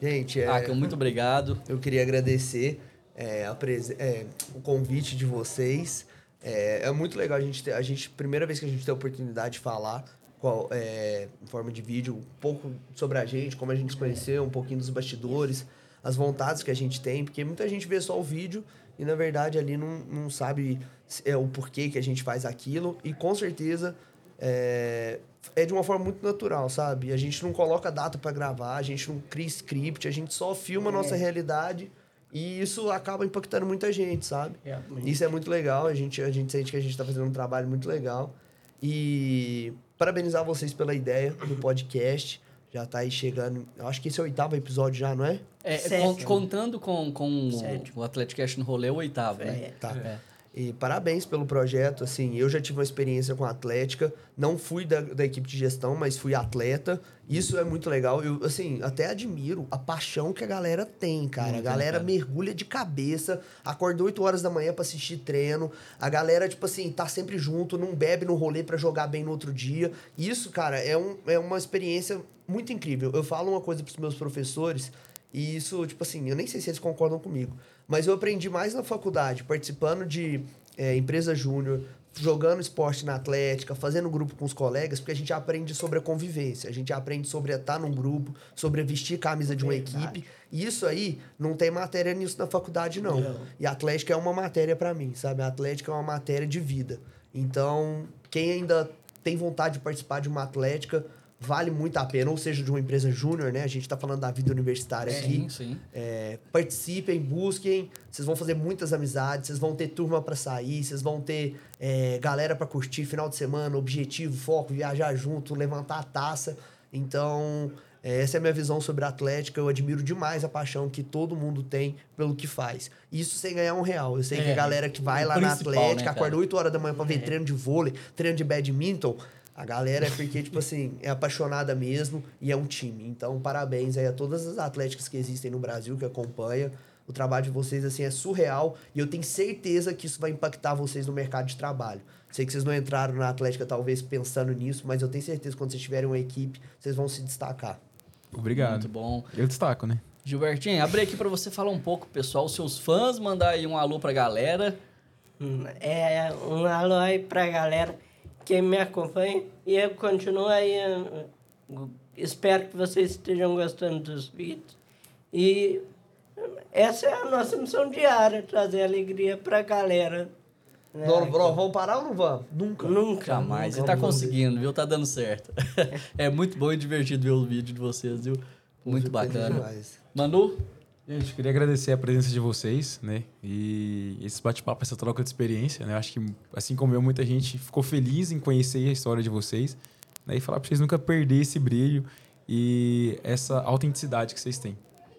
Gente, é,
Aca, muito obrigado.
eu queria agradecer é, a prese- é, o convite de vocês. É, é muito legal a gente ter, a gente primeira vez que a gente tem a oportunidade de falar qual, é, em forma de vídeo um pouco sobre a gente, como a gente se conheceu, um pouquinho dos bastidores, as vontades que a gente tem, porque muita gente vê só o vídeo e na verdade ali não, não sabe é, o porquê que a gente faz aquilo e com certeza é, é de uma forma muito natural, sabe? A gente não coloca data pra gravar, a gente não cria script, a gente só filma a nossa realidade e isso acaba impactando muita gente, sabe?
Realmente.
Isso é muito legal, a gente, a gente sente que a gente tá fazendo um trabalho muito legal. E parabenizar vocês pela ideia do podcast. Já tá aí chegando. Eu acho que esse é o oitavo episódio já, não é?
É,
Sétimo.
con- contando com, com
Sétimo.
o, o Atlético no rolê, é o oitavo, né?
É.
Tá.
É.
E parabéns pelo projeto, assim, eu já tive uma experiência com a Atlética, não fui da, da equipe de gestão, mas fui atleta, isso é muito legal, eu, assim, até admiro a paixão que a galera tem, cara, a galera mergulha de cabeça, acorda 8 horas da manhã pra assistir treino, a galera, tipo assim, tá sempre junto, não bebe no rolê pra jogar bem no outro dia, isso, cara, é, um, é uma experiência muito incrível, eu falo uma coisa pros meus professores, e isso, tipo assim, eu nem sei se eles concordam comigo, mas eu aprendi mais na faculdade, participando de eh, é, empresa júnior, jogando esporte na atlética, fazendo grupo com os colegas, porque a gente aprende sobre a convivência, a gente aprende sobre estar num grupo, sobre vestir camisa de uma equipe. E isso aí não tem matéria nisso na faculdade, não. E a atlética é uma matéria pra mim, sabe? A atlética é uma matéria de vida. Então, quem ainda tem vontade de participar de uma atlética, vale muito a pena, ou seja, de uma empresa júnior, né? A gente tá falando da vida universitária aqui.
Sim, sim.
É, participem, busquem. Vocês vão fazer muitas amizades, vocês vão ter turma pra sair, vocês vão ter é, galera pra curtir final de semana, objetivo, foco, viajar junto, levantar a taça. Então, é, essa é a minha visão sobre a Atlética. Eu admiro demais a paixão que todo mundo tem pelo que faz. Isso sem ganhar um real. Eu sei que
É,
a galera que vai
o
lá na
principal, né,
Atlética
cara?
acorda 8 horas da manhã pra ver treino de vôlei, treino de badminton. A galera é porque, tipo assim, é apaixonada mesmo e é um time. Então, parabéns aí a todas as atléticas que existem no Brasil, que acompanha. O trabalho de vocês, assim, é surreal e eu tenho certeza que isso vai impactar vocês no mercado de trabalho. Sei que vocês não entraram na Atlética, talvez, pensando nisso, mas eu tenho certeza que quando vocês tiverem uma equipe, vocês vão se destacar.
Obrigado.
Muito bom.
Eu destaco, né?
Gilbertinho, abri aqui pra você falar um pouco, pessoal, os seus fãs, mandar aí um alô pra galera.
Hum, É, um alô aí pra galera que me acompanha e eu continuo aí. eh, gu- Espero que vocês estejam gostando dos vídeos. E essa é a nossa missão diária, trazer alegria pra galera. né?
Dono, bro, vamos parar ou não vamos? Nunca.
Nunca.
Jamais. E tá conseguindo, viu? Tá dando certo. é muito bom e divertido ver o vídeo de vocês, viu? Muito bacana.
Demais.
Manu,
Gente, queria agradecer a presença de vocês, né? E esse bate-papo, essa troca de experiência, né? Eu Acho que, assim como eu, muita gente ficou feliz em conhecer a história de vocês, né? E falar pra vocês nunca perder esse brilho e essa autenticidade que vocês têm.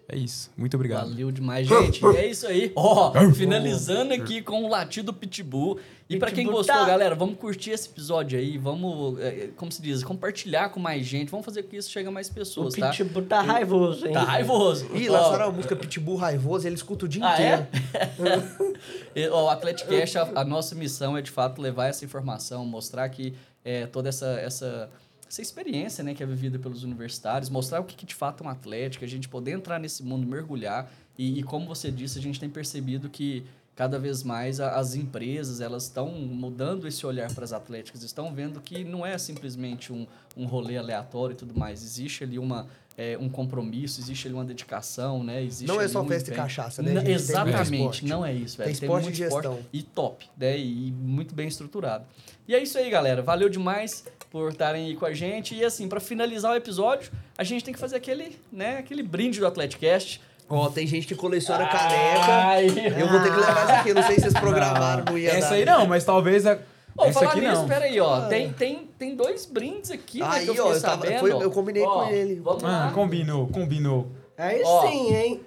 É isso. Muito obrigado.
Valeu demais, gente. E é isso aí. Ó, finalizando aqui com o latido Pitbull. E pra quem
Pitbull
gostou,
tá.
galera, vamos curtir esse episódio aí. Vamos, é, é, como se diz, compartilhar com mais gente. Vamos fazer com que isso chegue a mais
O
pessoas, tá?
Pitbull tá raivoso, hein?
Tá raivoso.
Ih,
Ó,
lançaram a música Pitbull Raivoso, ele escuta o dia
Ah,
inteiro.
é? E, ó, o Atleticast, a, a nossa missão é de fato levar essa informação, mostrar que é, toda essa, essa, essa experiência né, que é vivida pelos universitários, mostrar o que, que de fato é um Atlético, a gente poder entrar nesse mundo, mergulhar. E, e como você disse, a gente tem percebido que cada vez mais a- as empresas elas estão mudando esse olhar para as atléticas, estão vendo que não é simplesmente um, um rolê aleatório e tudo mais. Existe ali uma, é, um compromisso, existe ali uma dedicação, né? Existe
Não é
ali
só
um
festa e
empenho.
cachaça, né?
Não,
gente? Tem muito
exatamente,
esporte.
não é isso, velho.
Tem esporte
muito
e gestão.
e top, né? E muito bem estruturado. E é isso aí, galera. Valeu demais por estarem aí com a gente. E assim, pra finalizar o episódio, a gente tem que fazer aquele, né, aquele brinde do Atleticast.
Ó, tem gente que
Ah.
coleciona caneca.
Ai,
Eu vou ter que levar essa aqui, não sei se vocês programaram, não ia
Essa
dar.
aí não, mas talvez a...
Ô,
essa
falar
aqui
nisso,
não.
pera aí, ó. Tem, tem, tem dois brindes aqui, né,
Aí,
que eu
ó,
fiquei
eu tava-
sabendo.
foi-
ó.
eu combinei com
Ó,
ele.
Vamos
Ah,
lá.
combinou, combinou.
Aí
Ó.
sim, hein?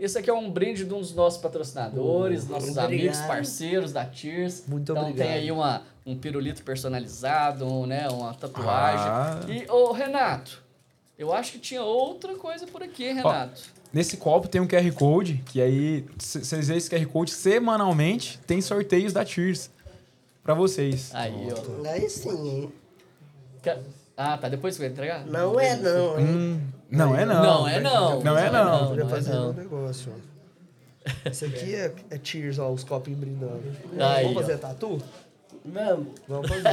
Esse aqui é um brinde de um dos nossos patrocinadores, nossos
obrigado.
amigos, parceiros da Tears.
Muito
então
obrigado.
tem aí uma, um pirulito personalizado, um, né, uma tatuagem.
Ah.
E, ô, Renato, eu acho que tinha outra coisa por aqui, hein, Renato.
Nesse copo tem um QR Code, que aí c- vocês veem esse QR Code semanalmente, tem sorteios da Tears pra vocês.
Aí, ó.
Aí sim, hein?
Ca- Ah, tá. Depois você vai entregar?
Não é não, hein?
Não é não.
Não é não.
Não é não.
Não,
Podia
não é
fazer um
não.
negócio, ó. Isso aqui é, é cheers, ó, os copinhos brindando.
Aí,
Vamos
ó.
fazer tatu?
Vamos.
Vamos fazer.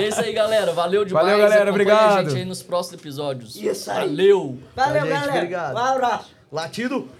E é isso aí, galera. Valeu demais.
Valeu, galera.
Acompanha a
Obrigado.
gente aí nos próximos episódios.
Isso aí.
Valeu.
Valeu, Um
gente,
galera.
obrigado.
Um abraço.
Latido?